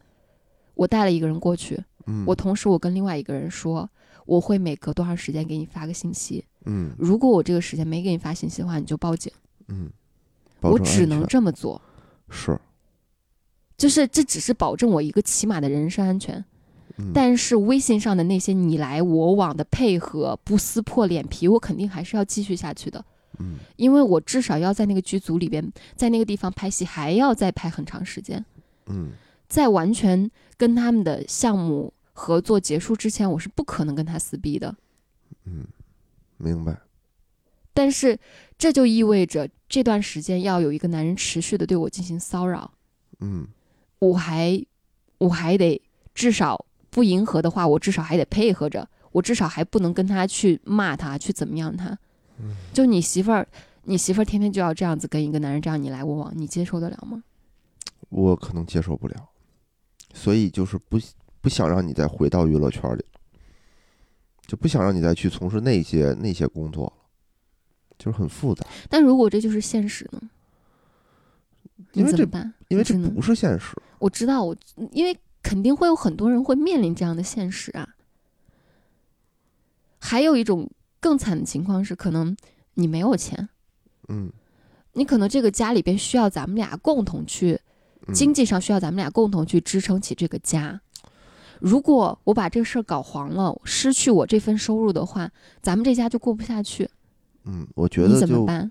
[SPEAKER 3] 我带了一个人过去，
[SPEAKER 2] 嗯，
[SPEAKER 3] 我同时我跟另外一个人说，我会每隔多长时间给你发个信息，
[SPEAKER 2] 嗯
[SPEAKER 3] 如果我这个时间没给你发信息的话，你就报警。
[SPEAKER 2] 嗯，保
[SPEAKER 3] 我
[SPEAKER 2] 证
[SPEAKER 3] 只
[SPEAKER 2] 安
[SPEAKER 3] 能
[SPEAKER 2] 全
[SPEAKER 3] 这么做，
[SPEAKER 2] 是
[SPEAKER 3] 就是这只是保证我一个起码的人身安全。
[SPEAKER 2] 嗯
[SPEAKER 3] 但是微信上的那些你来我往的配合，不撕破脸皮，我肯定还是要继续下去的。
[SPEAKER 2] 嗯
[SPEAKER 3] 因为我至少要在那个剧组里边，在那个地方拍戏，还要再拍很长时间。
[SPEAKER 2] 嗯
[SPEAKER 3] 在完全跟他们的项目合作结束之前，我是不可能跟他撕逼的。
[SPEAKER 2] 嗯，明白。
[SPEAKER 3] 但是这就意味着这段时间要有一个男人持续的对我进行骚扰，
[SPEAKER 2] 嗯
[SPEAKER 3] 我还我还得至少不迎合的话，我至少还得配合着，我至少还不能跟他去骂他，去怎么样他。
[SPEAKER 2] 嗯
[SPEAKER 3] 就你媳妇儿，你媳妇儿天天就要这样子跟一个男人这样你来我往，你接受得了吗？
[SPEAKER 2] 我可能接受不了，所以就是不不想让你再回到娱乐圈里，就不想让你再去从事那些那些工作了，就是很复杂，
[SPEAKER 3] 但如果这就是现实呢？
[SPEAKER 2] 因
[SPEAKER 3] 你
[SPEAKER 2] 为
[SPEAKER 3] 怎
[SPEAKER 2] 这
[SPEAKER 3] 么办？
[SPEAKER 2] 因为
[SPEAKER 3] 你
[SPEAKER 2] 这
[SPEAKER 3] 只能
[SPEAKER 2] 不是现实。
[SPEAKER 3] 我知道，我嗯因为肯定会有很多人会面临这样的现实啊。还有一种更惨的情况是，可能你没有钱，
[SPEAKER 2] 嗯，
[SPEAKER 3] 你可能这个家里边需要咱们俩共同去，
[SPEAKER 2] 嗯
[SPEAKER 3] 经济上需要咱们俩共同去支撑起这个家。如果我把这个事儿搞黄了，失去我这份收入的话，咱们这家就过不下去。
[SPEAKER 2] 嗯，我觉
[SPEAKER 3] 你
[SPEAKER 2] 得
[SPEAKER 3] 怎么
[SPEAKER 2] 就
[SPEAKER 3] 办？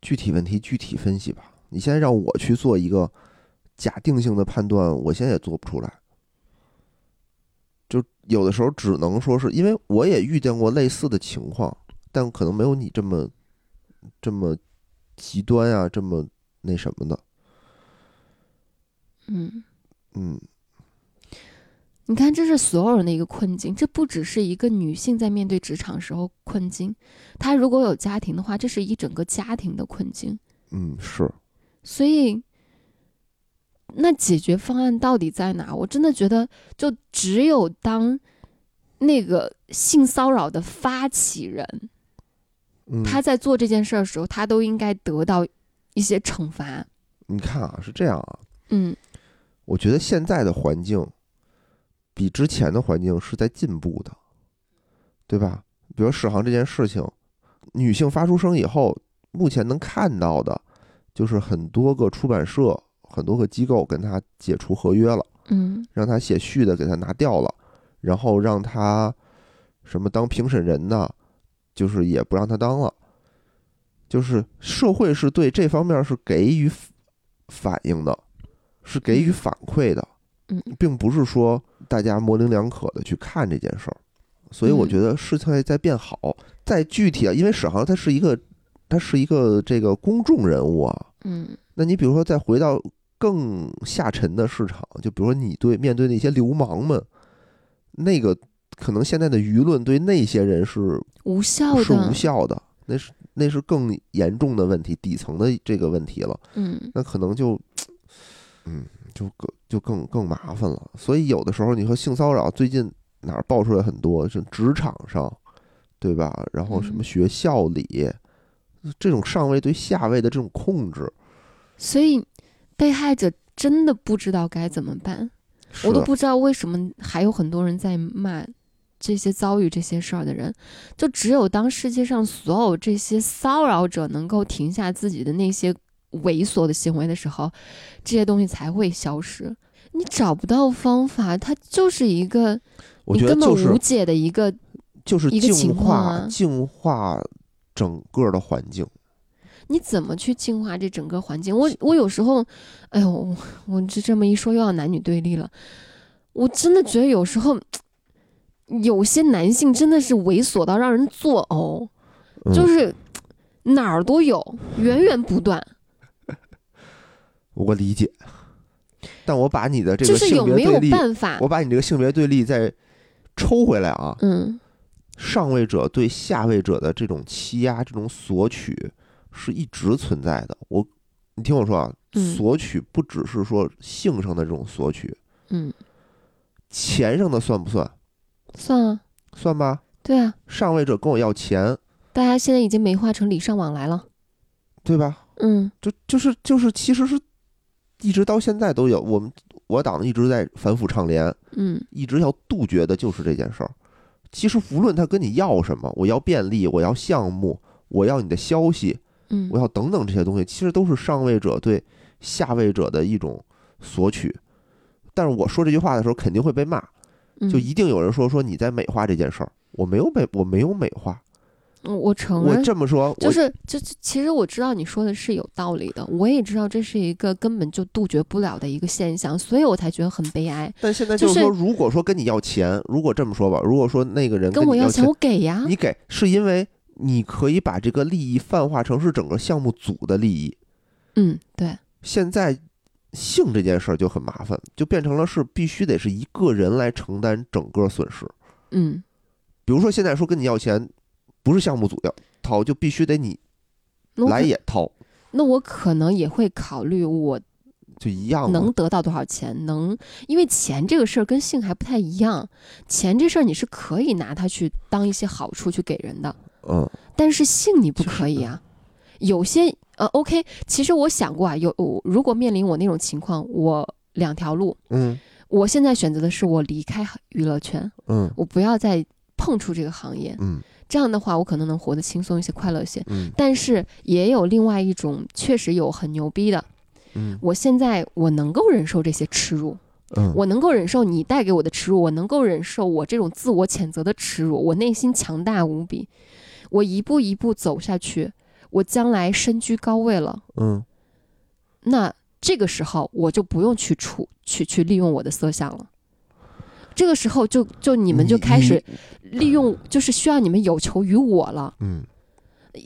[SPEAKER 2] 具体问题具体分析吧。你现在让我去做一个假定性的判断，我现在也做不出来。就有的时候只能说是因为我也遇见过类似的情况，但可能没有你这么这么极端啊，这么那什么的。
[SPEAKER 3] 嗯，
[SPEAKER 2] 嗯
[SPEAKER 3] 你看，这是所有人的一个困境，这不只是一个女性在面对职场时候困境，她如果有家庭的话，这是一整个家庭的困境。
[SPEAKER 2] 嗯，是
[SPEAKER 3] 所以，那解决方案到底在哪？我真的觉得，就只有当那个性骚扰的发起人
[SPEAKER 2] 嗯，
[SPEAKER 3] 他在做这件事儿的时候，他都应该得到一些惩罚。
[SPEAKER 2] 你看啊，是这样啊，
[SPEAKER 3] 嗯
[SPEAKER 2] 我觉得现在的环境比之前的环境是在进步的，对吧？比如史航这件事情，女性发出声以后，目前能看到的，就是很多个出版社、很多个机构跟他解除合约了，
[SPEAKER 3] 嗯
[SPEAKER 2] 让他写序的给他拿掉了，然后让他什么当评审人呢，就是也不让他当了。就是社会是对这方面是给予反应的，是给予反馈的。
[SPEAKER 3] 嗯
[SPEAKER 2] 并不是说大家模棱两可的去看这件事儿，所以我
[SPEAKER 3] 嗯
[SPEAKER 2] 觉得事情在在变好。再具体啊，因为史航他是一个，他是一个这个公众人物啊。
[SPEAKER 3] 嗯
[SPEAKER 2] 那你比如说再回到更下沉的市场，就比如说你对面对那些流氓们，那个可能现在的舆论对那些人是
[SPEAKER 3] 无效的。
[SPEAKER 2] 是无效的，那是那是更严重的问题，底层的这个问题了。
[SPEAKER 3] 嗯
[SPEAKER 2] 那可能就，嗯，就更就更更麻烦了。所以有的时候你说性骚扰，最近哪儿爆出来很多，是职场上，对吧？然后什么
[SPEAKER 3] 嗯
[SPEAKER 2] 学校里，这种上位对下位的这种控制，
[SPEAKER 3] 所以被害者真的不知道该怎么办。
[SPEAKER 2] 是
[SPEAKER 3] 我都
[SPEAKER 2] 的，
[SPEAKER 3] 不知道为什么还有很多人在骂这些遭遇这些事儿的人。就只有当世界上所有这些骚扰者能够停下自己的那些猥琐的行为的时候，这些东西才会消失。你找不到方法，它就是一个
[SPEAKER 2] 我
[SPEAKER 3] 你
[SPEAKER 2] 觉得
[SPEAKER 3] 根本
[SPEAKER 2] 就是
[SPEAKER 3] 无解的一个。
[SPEAKER 2] 就是
[SPEAKER 3] 一个
[SPEAKER 2] 净
[SPEAKER 3] 情况
[SPEAKER 2] 化、
[SPEAKER 3] 啊
[SPEAKER 2] 净化整个的环境。
[SPEAKER 3] 你怎么去净化这整个环境？我我有时候，哎呦，我我这这么一说又要男女对立了。我真的觉得有时候，有些男性真的是猥琐到让人作呕，
[SPEAKER 2] 嗯
[SPEAKER 3] 就是哪儿都有，源源不断。
[SPEAKER 2] 我理解，但我把你的这
[SPEAKER 3] 就
[SPEAKER 2] 个
[SPEAKER 3] 是
[SPEAKER 2] 性
[SPEAKER 3] 有
[SPEAKER 2] 别
[SPEAKER 3] 没有
[SPEAKER 2] 对立，
[SPEAKER 3] 办法
[SPEAKER 2] 我？把你这个性别对立再抽回来啊。
[SPEAKER 3] 嗯，
[SPEAKER 2] 上位者对下位者的这种欺压、这种索取是一直存在的。我，你听我说啊，
[SPEAKER 3] 嗯
[SPEAKER 2] 索取不只是说性上的这种索取，
[SPEAKER 3] 嗯，
[SPEAKER 2] 钱上的算不算？
[SPEAKER 3] 算啊，
[SPEAKER 2] 算吧。
[SPEAKER 3] 对啊，
[SPEAKER 2] 上位者跟我要钱，
[SPEAKER 3] 大家现在已经美化成礼尚往来了。
[SPEAKER 2] 对吧？
[SPEAKER 3] 嗯
[SPEAKER 2] 就就是就是，其实是一直到现在都有，我们我党一直在反腐倡廉，
[SPEAKER 3] 嗯
[SPEAKER 2] 一直要杜绝的就是这件事儿。其实无论他跟你要什么，我要便利，我要项目，我要你的消息，
[SPEAKER 3] 嗯
[SPEAKER 2] 我要等等这些东西，其实都是上位者对下位者的一种索取。但是我说这句话的时候，肯定会被骂，
[SPEAKER 3] 嗯
[SPEAKER 2] 就一定有人说说你在美化这件事儿。我没有美，我没有美化，
[SPEAKER 3] 嗯我承
[SPEAKER 2] 我
[SPEAKER 3] 认。
[SPEAKER 2] 这么说，
[SPEAKER 3] 就
[SPEAKER 2] 我
[SPEAKER 3] 是，就就其实我知道你说的是有道理的，我也知道这是一个根本就杜绝不了的一个现象，所以我才觉得很悲哀。
[SPEAKER 2] 但现在
[SPEAKER 3] 就
[SPEAKER 2] 就是是说，如果说跟你要钱，如果这么说吧，如果说那个人
[SPEAKER 3] 跟我
[SPEAKER 2] 你
[SPEAKER 3] 要
[SPEAKER 2] 钱
[SPEAKER 3] 钱，我，给呀。
[SPEAKER 2] 你给是因为你可以把这个利益泛化成是整个项目组的利益。
[SPEAKER 3] 嗯，对，
[SPEAKER 2] 现在性这件事儿就很麻烦，就变成了是必须得是一个人来承担整个损失。
[SPEAKER 3] 嗯
[SPEAKER 2] 比如说现在说跟你要钱，不是项目组要掏，就必须得你
[SPEAKER 3] 那我
[SPEAKER 2] 来
[SPEAKER 3] 可
[SPEAKER 2] 也掏，
[SPEAKER 3] 那我可能也会考虑我
[SPEAKER 2] 就一样嘛
[SPEAKER 3] 能。得到多少钱，能，因为钱这个事儿跟性还不太一样，钱这事儿你是可以拿它去当一些好处去给人的，
[SPEAKER 2] 嗯，
[SPEAKER 3] 但是性你不
[SPEAKER 2] 就是
[SPEAKER 3] 可以啊。有些呃，OK，其实我想过啊，有我如果面临我那种情况，我两条路，
[SPEAKER 2] 嗯
[SPEAKER 3] 我现在选择的是我离开娱乐圈，
[SPEAKER 2] 嗯
[SPEAKER 3] 我不要再碰触这个行业，
[SPEAKER 2] 嗯
[SPEAKER 3] 这样的话我可能能活得轻松一些，快乐一些。
[SPEAKER 2] 嗯
[SPEAKER 3] 但是也有另外一种，确实有很牛逼的，
[SPEAKER 2] 嗯
[SPEAKER 3] 我现在我能够忍受这些耻辱，
[SPEAKER 2] 嗯，
[SPEAKER 3] 我能够忍受你带给我的耻辱，我能够忍受我这种自我谴责的耻辱，我内心强大无比，我一步一步走下去，我将来身居高位了，
[SPEAKER 2] 嗯
[SPEAKER 3] 那这个时候我就不用去处去去利用我的色相了。这个时候就就你们就开始利用，就是需要你们有求于我了。
[SPEAKER 2] 嗯，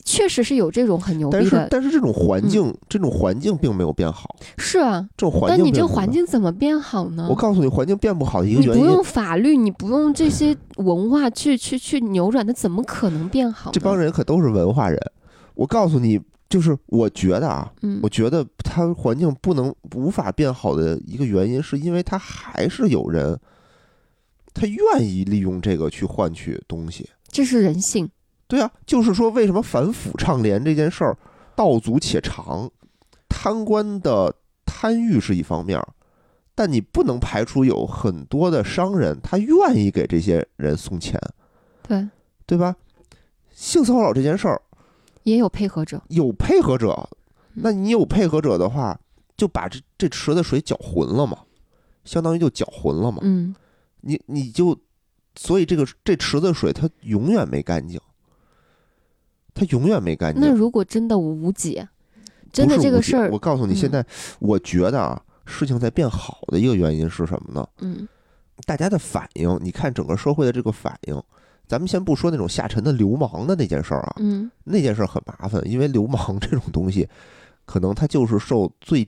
[SPEAKER 3] 确实是有这种很牛
[SPEAKER 2] 但
[SPEAKER 3] 逼
[SPEAKER 2] 是
[SPEAKER 3] 的，
[SPEAKER 2] 但是这种
[SPEAKER 3] 嗯
[SPEAKER 2] 环境，这种环境并没有变好，
[SPEAKER 3] 是啊。
[SPEAKER 2] 这种环
[SPEAKER 3] 但
[SPEAKER 2] 境，
[SPEAKER 3] 你这环。境怎么变好呢？
[SPEAKER 2] 我告诉你，环境变不好的一个
[SPEAKER 3] 你
[SPEAKER 2] 原
[SPEAKER 3] 不
[SPEAKER 2] 因，
[SPEAKER 3] 用法律，你不用这些文化去去去扭转，它怎么可能变好呢？
[SPEAKER 2] 这帮人可都是文化人。我告诉你，就是我觉得啊，
[SPEAKER 3] 嗯
[SPEAKER 2] 我觉得它环境不能无法变好的一个原因，是因为它还是有人，他愿意利用这个去换取东西。
[SPEAKER 3] 这是人性。
[SPEAKER 2] 对啊，就是说为什么反腐倡廉这件事儿道阻且长，贪官的贪欲是一方面儿，但你不能排除有很多的商人他愿意给这些人送钱，
[SPEAKER 3] 对，
[SPEAKER 2] 对吧？性骚扰这件事儿
[SPEAKER 3] 也有配合者。
[SPEAKER 2] 有配合者，
[SPEAKER 3] 嗯
[SPEAKER 2] 那你有配合者的话，就把这这池子水搅浑了嘛，相当于就搅浑了嘛。
[SPEAKER 3] 嗯，
[SPEAKER 2] 你你就，所以这个这池子水它永远没干净，它永远没干净。
[SPEAKER 3] 那如果真的无解，真的
[SPEAKER 2] 不是
[SPEAKER 3] 这个
[SPEAKER 2] 无解
[SPEAKER 3] 事儿
[SPEAKER 2] 我，告诉你，
[SPEAKER 3] 嗯
[SPEAKER 2] 现在我觉得啊，事情在变好的一个原因是什么呢？
[SPEAKER 3] 嗯
[SPEAKER 2] 大家的反应，你看整个社会的这个反应，咱们先不说那种下沉的流氓的那件事儿啊，
[SPEAKER 3] 嗯
[SPEAKER 2] 那件事儿很麻烦，因为流氓 [laughs] 这种东西，可能他就是受最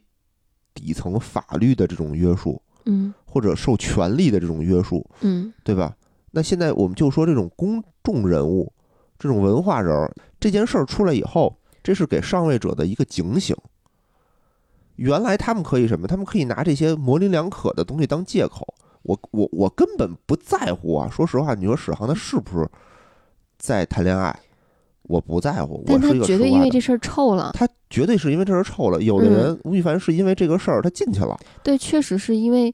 [SPEAKER 2] 底层法律的这种约束，
[SPEAKER 3] 嗯
[SPEAKER 2] 或者受权力的这种约束，
[SPEAKER 3] 嗯
[SPEAKER 2] 对吧？那现在我们就说这种公众人物，这种文化人儿，这件事儿出来以后，这是给上位者的一个警醒。原来他们可以什么？他们可以拿这些模棱两可的东西当借口。我我我根本不在乎啊！说实话，你说史航他是不是在谈恋爱？我不在乎，我
[SPEAKER 3] 但他
[SPEAKER 2] 是一个吃
[SPEAKER 3] 绝对因
[SPEAKER 2] 瓜
[SPEAKER 3] 为
[SPEAKER 2] 的。
[SPEAKER 3] 这事儿臭了。
[SPEAKER 2] 他绝对是因为这事儿臭了。有的
[SPEAKER 3] 嗯
[SPEAKER 2] 人，吴亦凡是因为这个事儿他进去了，
[SPEAKER 3] 对，确实是因为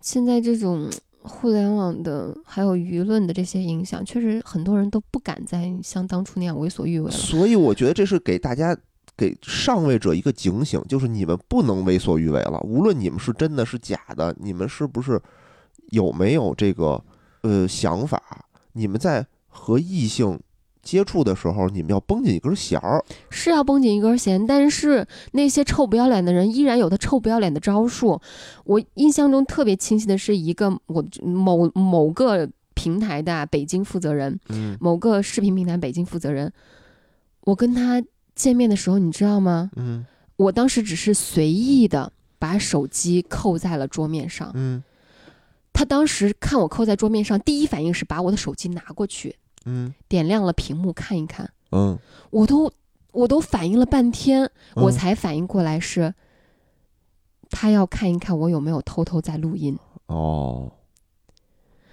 [SPEAKER 3] 现在这种互联网的还有舆论的这些影响，确实很多人都不敢再像当初那样为所欲为了。
[SPEAKER 2] 所以我觉得这是给大家、给上位者一个警醒，就是你们不能为所欲为了。无论你们是真的是假的，你们是不是有没有这个呃想法，你们在和异性接触的时候，你们要绷紧一根弦儿。
[SPEAKER 3] 是要绷紧一根弦，但是那些臭不要脸的人依然有他臭不要脸的招数。我印象中特别清晰的是一个我某某个平台的北京负责人，
[SPEAKER 2] 嗯
[SPEAKER 3] 某个视频平台北京负责人，我跟他见面的时候，你知道吗？
[SPEAKER 2] 嗯
[SPEAKER 3] 我当时只是随意的把手机扣在了桌面上，
[SPEAKER 2] 嗯
[SPEAKER 3] 他当时看我扣在桌面上，第一反应是把我的手机拿过去，
[SPEAKER 2] 嗯
[SPEAKER 3] 点亮了屏幕看一看，
[SPEAKER 2] 嗯，
[SPEAKER 3] 我都我都反应了半天。我才反应过来是，他要看一看我有没有偷偷在录音。
[SPEAKER 2] 哦，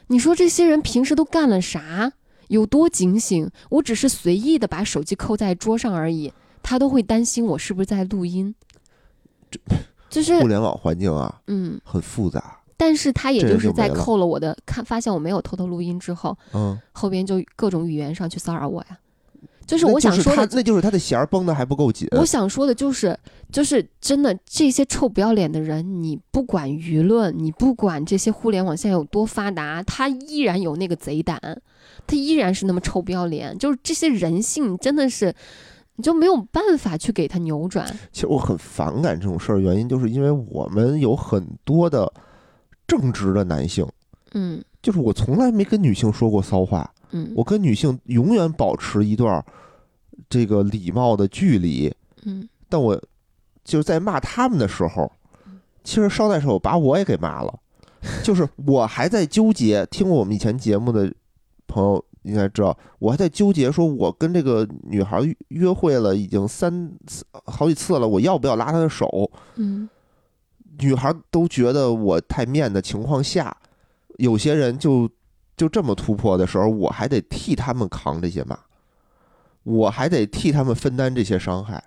[SPEAKER 3] 你说这些人平时都干了啥？有多警醒？我只是随意的把手机扣在桌上而已，他都会担心我是不是在录音，就是
[SPEAKER 2] 互联网环境啊，
[SPEAKER 3] 嗯，
[SPEAKER 2] 很复杂。
[SPEAKER 3] 但是他也
[SPEAKER 2] 这人
[SPEAKER 3] 就
[SPEAKER 2] 就是
[SPEAKER 3] 在
[SPEAKER 2] 没了
[SPEAKER 3] 扣了我的看，发现我没有偷偷录音之后，
[SPEAKER 2] 嗯，
[SPEAKER 3] 后边就各种语言上去骚扰我呀。
[SPEAKER 2] 就
[SPEAKER 3] 就
[SPEAKER 2] 是
[SPEAKER 3] 我想说
[SPEAKER 2] 他呃
[SPEAKER 3] 的，
[SPEAKER 2] 那就是他的弦儿绷的还不够紧。
[SPEAKER 3] 我想说的就是，就是真的这些臭不要脸的人，你不管舆论，你不管这些互联网现在有多发达，他依然有那个贼胆，他依然是那么臭不要脸。就是这些人性真的是，你就没有办法去给他扭转。
[SPEAKER 2] 其实我很反感这种事儿，原因就是因为我们有很多的正直的男性，
[SPEAKER 3] 嗯
[SPEAKER 2] 就是我从来没跟女性说过骚话，
[SPEAKER 3] 嗯，
[SPEAKER 2] 我跟女性永远保持一段儿这个礼貌的距离。
[SPEAKER 3] 嗯
[SPEAKER 2] 但我就是在骂他们的时候，其实捎带手把我也给骂了。就是我还在纠结，听过我们以前节目的朋友应该知道，我还在纠结，说我跟这个女孩约约会了已经三次好几次了，我要不要拉她的手？
[SPEAKER 3] 嗯
[SPEAKER 2] 女孩都觉得我太面的情况下，有些人就就这么突破的时候，我还得替他们扛这些骂，我还得替他们分担这些伤害。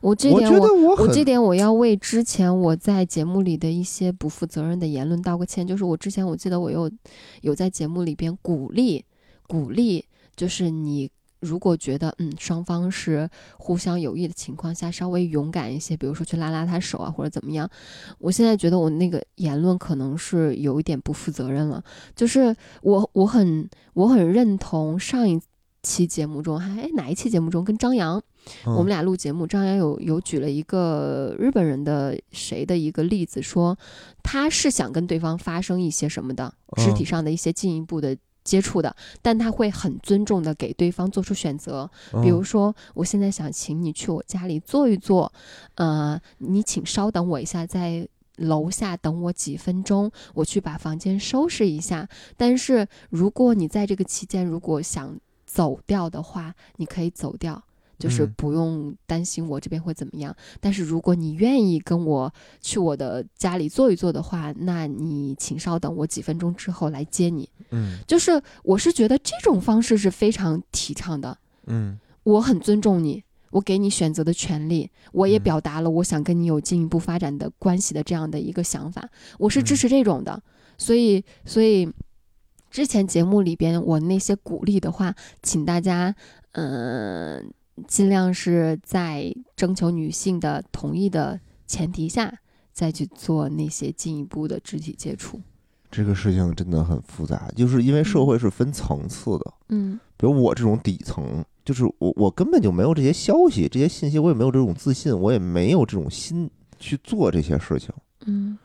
[SPEAKER 3] 我这
[SPEAKER 2] 我
[SPEAKER 3] 点
[SPEAKER 2] 觉得我
[SPEAKER 3] 我
[SPEAKER 2] 很
[SPEAKER 3] 这点我要为之前我在节目里的一些不负责任的言论道个歉，就是我之前我记得我有有在节目里边鼓励鼓励，就是你。如果觉得嗯双方是互相有益的情况下，稍微勇敢一些，比如说去拉拉他手啊，或者怎么样。我现在觉得我那个言论可能是有一点不负责任了，就是我我很我很认同上一期节目中，还哎哪一期节目中跟张扬
[SPEAKER 2] 嗯
[SPEAKER 3] 我们俩录节目，张扬有有举了一个日本人的谁的一个例子，说他是想跟对方发生一些什么的
[SPEAKER 2] 嗯
[SPEAKER 3] 肢体上的一些进一步的接触的，但他会很尊重的给对方做出选择，
[SPEAKER 2] 嗯
[SPEAKER 3] 比如说我现在想请你去我家里坐一坐，呃，你请稍等我一下，在。楼下等我几分钟，我去把房间收拾一下。但是如果你在这个期间如果想走掉的话，你可以走掉，就是
[SPEAKER 2] 嗯
[SPEAKER 3] 不用担心我这边会怎么样。但是如果你愿意跟我去我的家里坐一坐的话，那你请稍等我几分钟之后来接你。
[SPEAKER 2] 嗯
[SPEAKER 3] 就是我是觉得这种方式是非常提倡的，
[SPEAKER 2] 嗯
[SPEAKER 3] 我很尊重你。我给你选择的权利，我也
[SPEAKER 2] 嗯
[SPEAKER 3] 表达了我想跟你有进一步发展的关系的这样的一个想法，我是
[SPEAKER 2] 嗯
[SPEAKER 3] 支持这种的。所以，所以之前节目里边我那些鼓励的话，请大家，嗯、尽量是在征求女性的同意的前提下，再去做那些进一步的肢体接触。
[SPEAKER 2] 这个事情真的很复杂，就是因为社会是分层次的。
[SPEAKER 3] 嗯
[SPEAKER 2] 比如我这种底层，就是我我根本就没有这些消息、这些信息，我也没有这种自信，我也没有这种心去做这些事情。
[SPEAKER 3] 嗯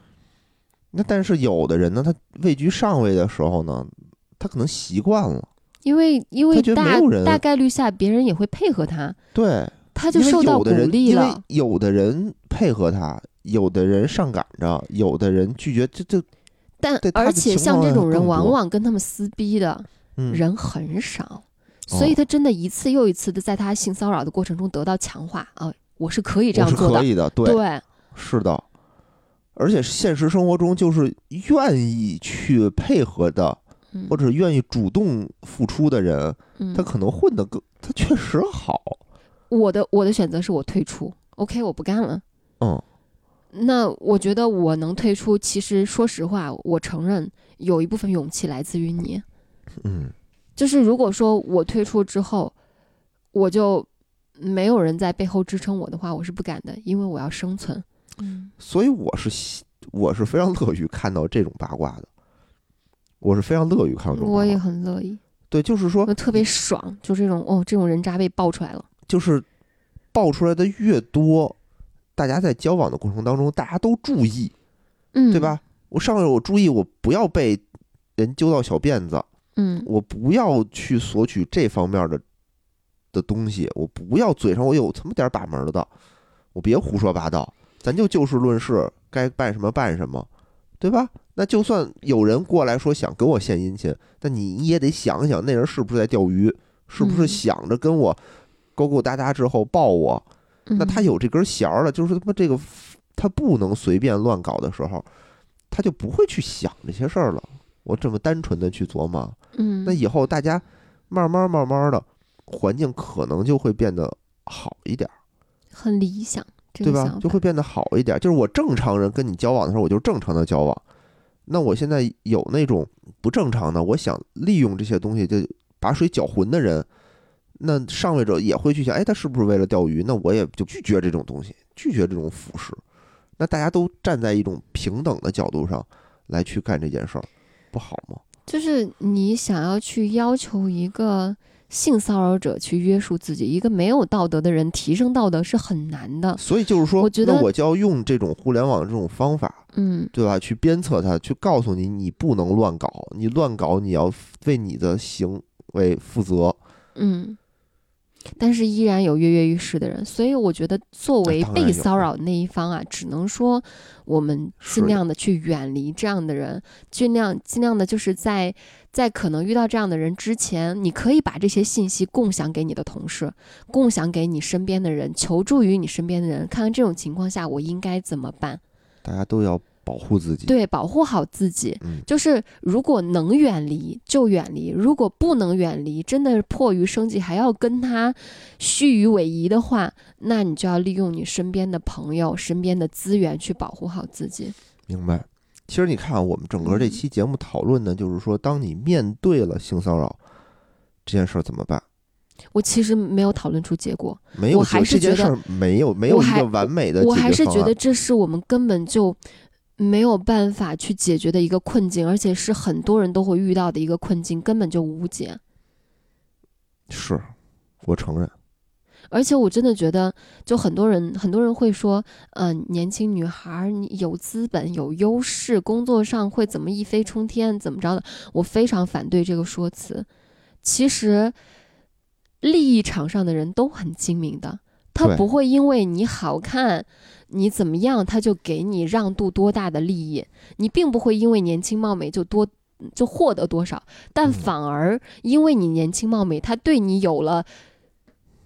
[SPEAKER 2] 那但是有的人呢，他位居上位的时候呢，他可能习惯了，
[SPEAKER 3] 因为因
[SPEAKER 2] 他
[SPEAKER 3] 为
[SPEAKER 2] 觉得没
[SPEAKER 3] 大
[SPEAKER 2] 有人
[SPEAKER 3] 大概率下别人也会配合他，
[SPEAKER 2] 对，
[SPEAKER 3] 他就
[SPEAKER 2] 因为
[SPEAKER 3] 受到
[SPEAKER 2] 有
[SPEAKER 3] 鼓
[SPEAKER 2] 的人
[SPEAKER 3] 励
[SPEAKER 2] 因为
[SPEAKER 3] 了。
[SPEAKER 2] 有的人配合他，有的人上赶着，有的人拒绝，这这
[SPEAKER 3] 但
[SPEAKER 2] 对他
[SPEAKER 3] 而
[SPEAKER 2] 的
[SPEAKER 3] 且
[SPEAKER 2] 情
[SPEAKER 3] 像
[SPEAKER 2] 况
[SPEAKER 3] 这种人，
[SPEAKER 2] 更多
[SPEAKER 3] 往往跟他们撕逼的
[SPEAKER 2] 嗯，哦
[SPEAKER 3] 人很少，所以他真的一次又一次的在他性骚扰的过程中得到强化啊，我是可以这
[SPEAKER 2] 我
[SPEAKER 3] 样
[SPEAKER 2] 是
[SPEAKER 3] 做
[SPEAKER 2] 可
[SPEAKER 3] 的，
[SPEAKER 2] 以的，对，
[SPEAKER 3] 对，
[SPEAKER 2] 是的，而且现实生活中就是愿意去配合的，
[SPEAKER 3] 嗯
[SPEAKER 2] 或者愿意主动付出的人，
[SPEAKER 3] 嗯
[SPEAKER 2] 他可能混得更，他确实好。
[SPEAKER 3] 我的我的选择是我退出，OK，我不干了。
[SPEAKER 2] 嗯，
[SPEAKER 3] 那我觉得我能退出，其实说实话，我承认有一部分勇气来自于你，
[SPEAKER 2] 嗯，
[SPEAKER 3] 就是如果说我退出之后，我就没有人在背后支撑我的话，我是不敢的，因为我要生存。嗯
[SPEAKER 2] 所以我是希我是非常乐于看到这种八卦的，我是非常乐于看到这种八卦。
[SPEAKER 3] 我也很乐意，
[SPEAKER 2] 对，就是说
[SPEAKER 3] 我，特别爽，就这种哦，这种人渣被爆出来了，
[SPEAKER 2] 就是爆出来的越多，大家在交往的过程当中，大家都注意，
[SPEAKER 3] 嗯，
[SPEAKER 2] 对？吧？我上来我注意，我不要被人揪到小辫子，
[SPEAKER 3] 嗯
[SPEAKER 2] 我不要去索取这方面的的东西，我不要嘴上我有这么点儿把门儿的，我别胡说八道，咱就就事论事，该办什么办什么，对吧？那就算有人过来说想跟我献殷勤，那你也得想想那人是不是在钓鱼，是不是
[SPEAKER 3] 嗯
[SPEAKER 2] 想着跟我勾勾搭搭之后抱我，
[SPEAKER 3] 嗯，
[SPEAKER 2] 那他有这根弦儿了，就是他妈这个他不能随便乱搞的时候，他就不会去想这些事儿了。我这么单纯的去琢磨，
[SPEAKER 3] 嗯，
[SPEAKER 2] 那以后大家慢慢慢慢的环境可能就会变得好一点儿。
[SPEAKER 3] 很理想，这
[SPEAKER 2] 对
[SPEAKER 3] 个
[SPEAKER 2] 吧
[SPEAKER 3] 想？
[SPEAKER 2] 就
[SPEAKER 3] 法
[SPEAKER 2] 会变得好一点。就是我正常人跟你交往的时候，我就正常的交往。那我现在有那种不正常的，我想利用这些东西就把水搅浑的人，那上位者也会去想，哎，他是不是为了钓鱼？那我也就拒绝这种东西，拒绝这种腐蚀。那大家都站在一种平等的角度上来去干这件事儿，不好吗？
[SPEAKER 3] 就是你想要去要求一个性骚扰者去约束自己，一个没有道德的人提升道德是很难的。
[SPEAKER 2] 所以就是说，
[SPEAKER 3] 我觉得
[SPEAKER 2] 那我就要用这种互联网这种方法，
[SPEAKER 3] 嗯，
[SPEAKER 2] 对吧？去鞭策他，去告诉你，你不能乱搞，你乱搞，你要为你的行为负责。
[SPEAKER 3] 嗯，但是依然有跃跃欲试的人，所以我觉得作为
[SPEAKER 2] 当然
[SPEAKER 3] 被
[SPEAKER 2] 有
[SPEAKER 3] 骚扰那一方啊，只能说我们
[SPEAKER 2] 是的
[SPEAKER 3] 尽量的去远离这样的人，尽量尽量的就是在在可能遇到这样的人之前，你可以把这些信息共享给你的同事，共享给你身边的人，求助于你身边的人，看看这种情况下我应该怎么办。
[SPEAKER 2] 大家都要保护自己。，
[SPEAKER 3] 对，保护好自己。
[SPEAKER 2] 嗯
[SPEAKER 3] 就是如果能远离就远离，如果不能远离，真的是迫于生计还要跟他虚与委蛇的话，那你就要利用你身边的朋友、身边的资源去保护好自己。
[SPEAKER 2] 明白。其实你看啊，我们整
[SPEAKER 3] 嗯
[SPEAKER 2] 个这期节目讨论的就是说，当你面对了性骚扰这件事儿怎么办？
[SPEAKER 3] 我其实没有讨论出结果，
[SPEAKER 2] 没有
[SPEAKER 3] 我
[SPEAKER 2] 解，
[SPEAKER 3] 还是
[SPEAKER 2] 这件事
[SPEAKER 3] 觉得
[SPEAKER 2] 儿没有没有
[SPEAKER 3] 我
[SPEAKER 2] 一
[SPEAKER 3] 还
[SPEAKER 2] 个完美的解决
[SPEAKER 3] 我
[SPEAKER 2] 方案。
[SPEAKER 3] 还是觉得这是我们根本就。没有办法去解决的一个困境，而且是很多人都会遇到的一个困境，根本就无解。
[SPEAKER 2] 是，我承认。
[SPEAKER 3] 而且我真的觉得，就很多人，很多人会说，嗯、年轻女孩儿你有资本、有优势，工作上会怎么一飞冲天，怎么着的？我非常反对这个说辞。其实，利益场上的人都很精明的，他
[SPEAKER 2] 对
[SPEAKER 3] 不会因为你好看，你怎么样，他就给你让渡多大的利益。你并不会因为年轻貌美就多嗯就获得多少，但
[SPEAKER 2] 嗯
[SPEAKER 3] 反而因为你年轻貌美，他对你有了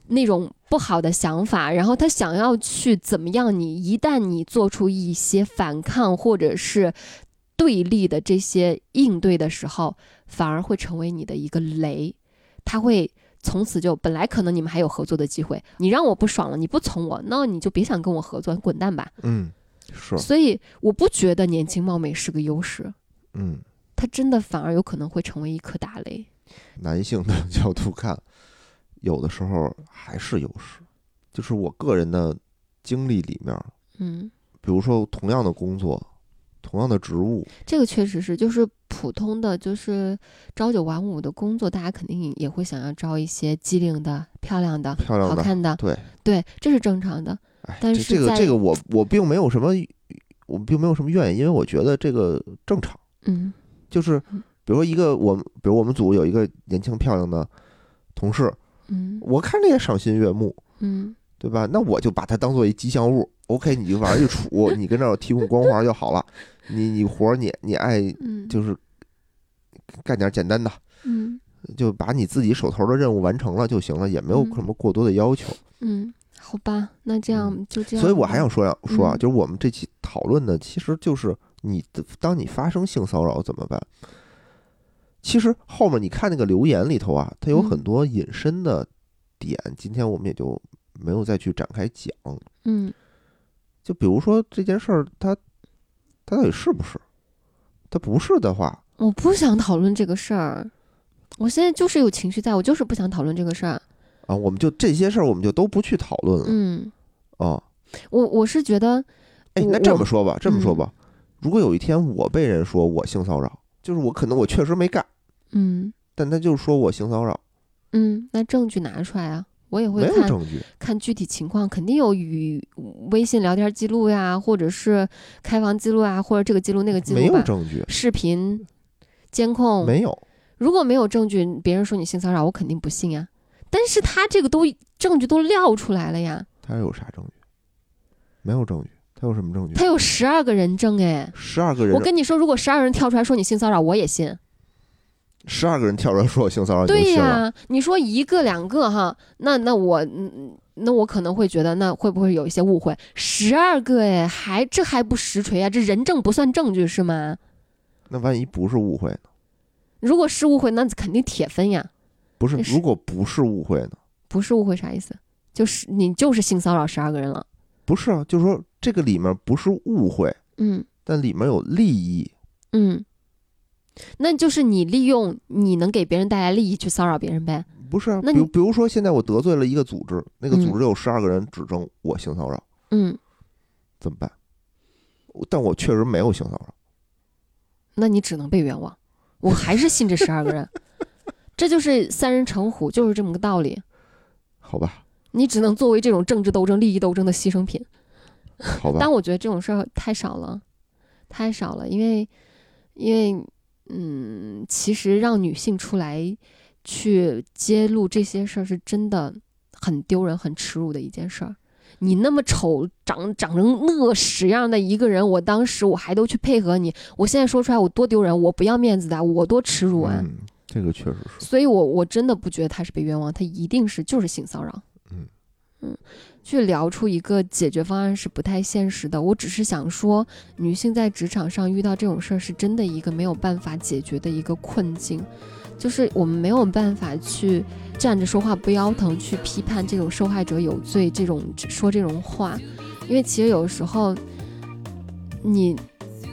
[SPEAKER 3] 那种不好的想法，然后他想要去怎么样你。一旦你做出一些反抗或者是对立的这些应对的时候，反而会成为你的一个雷，他会。从此就本来可能你们还有合作的机会，你让我不爽了，你不从我，那你就别想跟我合作，滚蛋吧。
[SPEAKER 2] 嗯，是，
[SPEAKER 3] 所以我不觉得年轻貌美是个优势，
[SPEAKER 2] 嗯，
[SPEAKER 3] 它真的反而有可能会成为一颗打雷。
[SPEAKER 2] 男性的角度看， [laughs] 有的时候还是优势。就是我个人的经历里面，
[SPEAKER 3] 嗯，
[SPEAKER 2] 比如说同样的工作，同样的职务，
[SPEAKER 3] 这个确实是，就是普通的就是朝九晚五的工作，大家肯定也会想要招一些机灵的、漂亮的、
[SPEAKER 2] 漂亮
[SPEAKER 3] 好
[SPEAKER 2] 的，
[SPEAKER 3] 看的，
[SPEAKER 2] 对，
[SPEAKER 3] 对，这是正常的。
[SPEAKER 2] 哎，
[SPEAKER 3] 但
[SPEAKER 2] 这
[SPEAKER 3] 是
[SPEAKER 2] 这个
[SPEAKER 3] 在
[SPEAKER 2] 这个我我并没有什么，我并没有什么怨言，因为我觉得这个正常。
[SPEAKER 3] 嗯
[SPEAKER 2] 就是
[SPEAKER 3] 嗯
[SPEAKER 2] 比如说一个我们，比如我们组有一个年轻漂亮的同事，
[SPEAKER 3] 嗯
[SPEAKER 2] 我看着也赏心悦目，
[SPEAKER 3] 嗯，
[SPEAKER 2] 对吧？那我就把它当做一吉祥物，OK，你就往上一
[SPEAKER 3] [laughs]
[SPEAKER 2] 杵，你跟这儿提供光环就好了。你你活儿你你爱
[SPEAKER 3] 嗯
[SPEAKER 2] 就是干点简单的，
[SPEAKER 3] 嗯
[SPEAKER 2] 就把你自己手头的任务完成了就行了，也没有
[SPEAKER 3] 嗯
[SPEAKER 2] 什么过多的要求。
[SPEAKER 3] 嗯，好吧，那这样、就这
[SPEAKER 2] 嗯
[SPEAKER 3] 样吧。
[SPEAKER 2] 所以我还想说呀，说啊，
[SPEAKER 3] 嗯
[SPEAKER 2] 就是我们这期讨论的，其实就是你的当你发生性骚扰怎么办？其实后面你看那个留言里头啊，它有很
[SPEAKER 3] 嗯
[SPEAKER 2] 多引申的点，今天我们也就没有再去展开讲。
[SPEAKER 3] 嗯
[SPEAKER 2] 就比如说这件事儿，它它到底是不是？它不是的话，
[SPEAKER 3] 我不想讨论这个事儿，我现在就是有情绪在，我就是不想讨论这个事儿。
[SPEAKER 2] 啊，我们就这些事儿我们就都不去讨论了
[SPEAKER 3] 嗯，
[SPEAKER 2] 啊。
[SPEAKER 3] 我我是觉得，
[SPEAKER 2] 哎，
[SPEAKER 3] 我
[SPEAKER 2] 那
[SPEAKER 3] 嗯我
[SPEAKER 2] 这么说吧，这么说
[SPEAKER 3] 嗯
[SPEAKER 2] 吧，如果有一天我被人说我性骚扰，就是我可能我确实没干，
[SPEAKER 3] 嗯
[SPEAKER 2] 但他就是说我性骚扰。
[SPEAKER 3] 嗯，那证据拿出来啊，我也会
[SPEAKER 2] 没有
[SPEAKER 3] 看
[SPEAKER 2] 证据，
[SPEAKER 3] 看具体情况，肯定有与微信聊天记录呀，或者是开房记录啊，或者这个记录那个记
[SPEAKER 2] 没
[SPEAKER 3] 录
[SPEAKER 2] 有
[SPEAKER 3] 吧，哦
[SPEAKER 2] 证据，
[SPEAKER 3] 视频、监控，
[SPEAKER 2] 没有。
[SPEAKER 3] 如果没有证据，别人说你性骚扰，我肯定不信呀。但是他这个都证据都撂出来了呀，
[SPEAKER 2] 他有啥证据？没有证据，他有什么证据
[SPEAKER 3] 他？有十二个人证哎。
[SPEAKER 2] 十二个人
[SPEAKER 3] 我，跟你说，如果十二人跳出来说你性骚扰，我也信。
[SPEAKER 2] 十二个人跳出来说我性骚扰，你
[SPEAKER 3] 对
[SPEAKER 2] 就信
[SPEAKER 3] 呀、
[SPEAKER 2] 了？
[SPEAKER 3] 你说一个两个哈，那那我嗯那我可能会觉得，那会不会有一些误会？十二个哎，还这还不实锤啊？这人证不算证据是吗？
[SPEAKER 2] 那万一不是误会呢？
[SPEAKER 3] 如果是误会，那肯定铁分呀。
[SPEAKER 2] 不是，
[SPEAKER 3] 是
[SPEAKER 2] 如果不是误会呢？
[SPEAKER 3] 不是误会啥意思？就是你就是性骚扰十二个人了。
[SPEAKER 2] 不是啊，就是说这个里面不是误会，
[SPEAKER 3] 嗯
[SPEAKER 2] 但里面有利益。
[SPEAKER 3] 嗯，那就是你利用你能给别人带来利益去骚扰别人呗。
[SPEAKER 2] 不是啊，
[SPEAKER 3] 那
[SPEAKER 2] 比如
[SPEAKER 3] 你
[SPEAKER 2] 比如说现在我得罪了一个组织，那个
[SPEAKER 3] 嗯
[SPEAKER 2] 组织有十二个人指证我性骚扰，
[SPEAKER 3] 嗯，
[SPEAKER 2] 怎么办？我但我确实没有性骚扰，
[SPEAKER 3] 那你只能被冤枉。我还是信这十二个人，这就是三人成虎，就是这么个道理。
[SPEAKER 2] 好吧，
[SPEAKER 3] 你只能作为这种政治斗争、利益斗争的牺牲品。
[SPEAKER 2] 好吧
[SPEAKER 3] 但，我觉得这种事儿太少了，太少了，因为因为嗯，其实让女性出来去揭露这些事儿，是真的很丢人、很耻辱的一件事儿。你那么丑，长长成那屎样的一个人，我当时我还都去配合你，我现在说出来我多丢人，我不要面子的，我多耻辱啊！
[SPEAKER 2] 嗯，这个确实是，
[SPEAKER 3] 所以我我真的不觉得他是被冤枉，他一定是就是性骚扰。
[SPEAKER 2] 嗯
[SPEAKER 3] 嗯去聊出一个解决方案是不太现实的。我只是想说，女性在职场上遇到这种事儿，是真的一个没有办法解决的一个困境，就是我们没有办法去站着说话不腰疼，去批判这种受害者有罪，这种说这种话，因为其实有时候你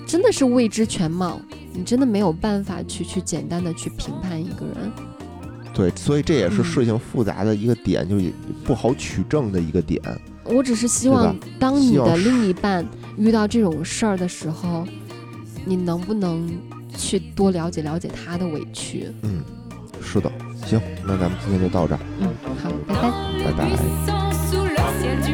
[SPEAKER 3] 真的是未知全貌。你真的没有办法去去简单的去评判一个人，
[SPEAKER 2] 对，所以这也是
[SPEAKER 3] 嗯
[SPEAKER 2] 事情复杂的一个点，就是也不好取证的一个点。
[SPEAKER 3] 我只是希望
[SPEAKER 2] 对，
[SPEAKER 3] 当你
[SPEAKER 2] 希望
[SPEAKER 3] 的
[SPEAKER 2] 是
[SPEAKER 3] 另一半遇到这种事儿的时候，你能不能去多了解了解他的委屈？
[SPEAKER 2] 嗯，是的，行，那咱们今天就到这儿，
[SPEAKER 3] 嗯，好，拜
[SPEAKER 2] 拜
[SPEAKER 3] 拜。
[SPEAKER 2] 拜。
[SPEAKER 1] Puissant sous le ciel du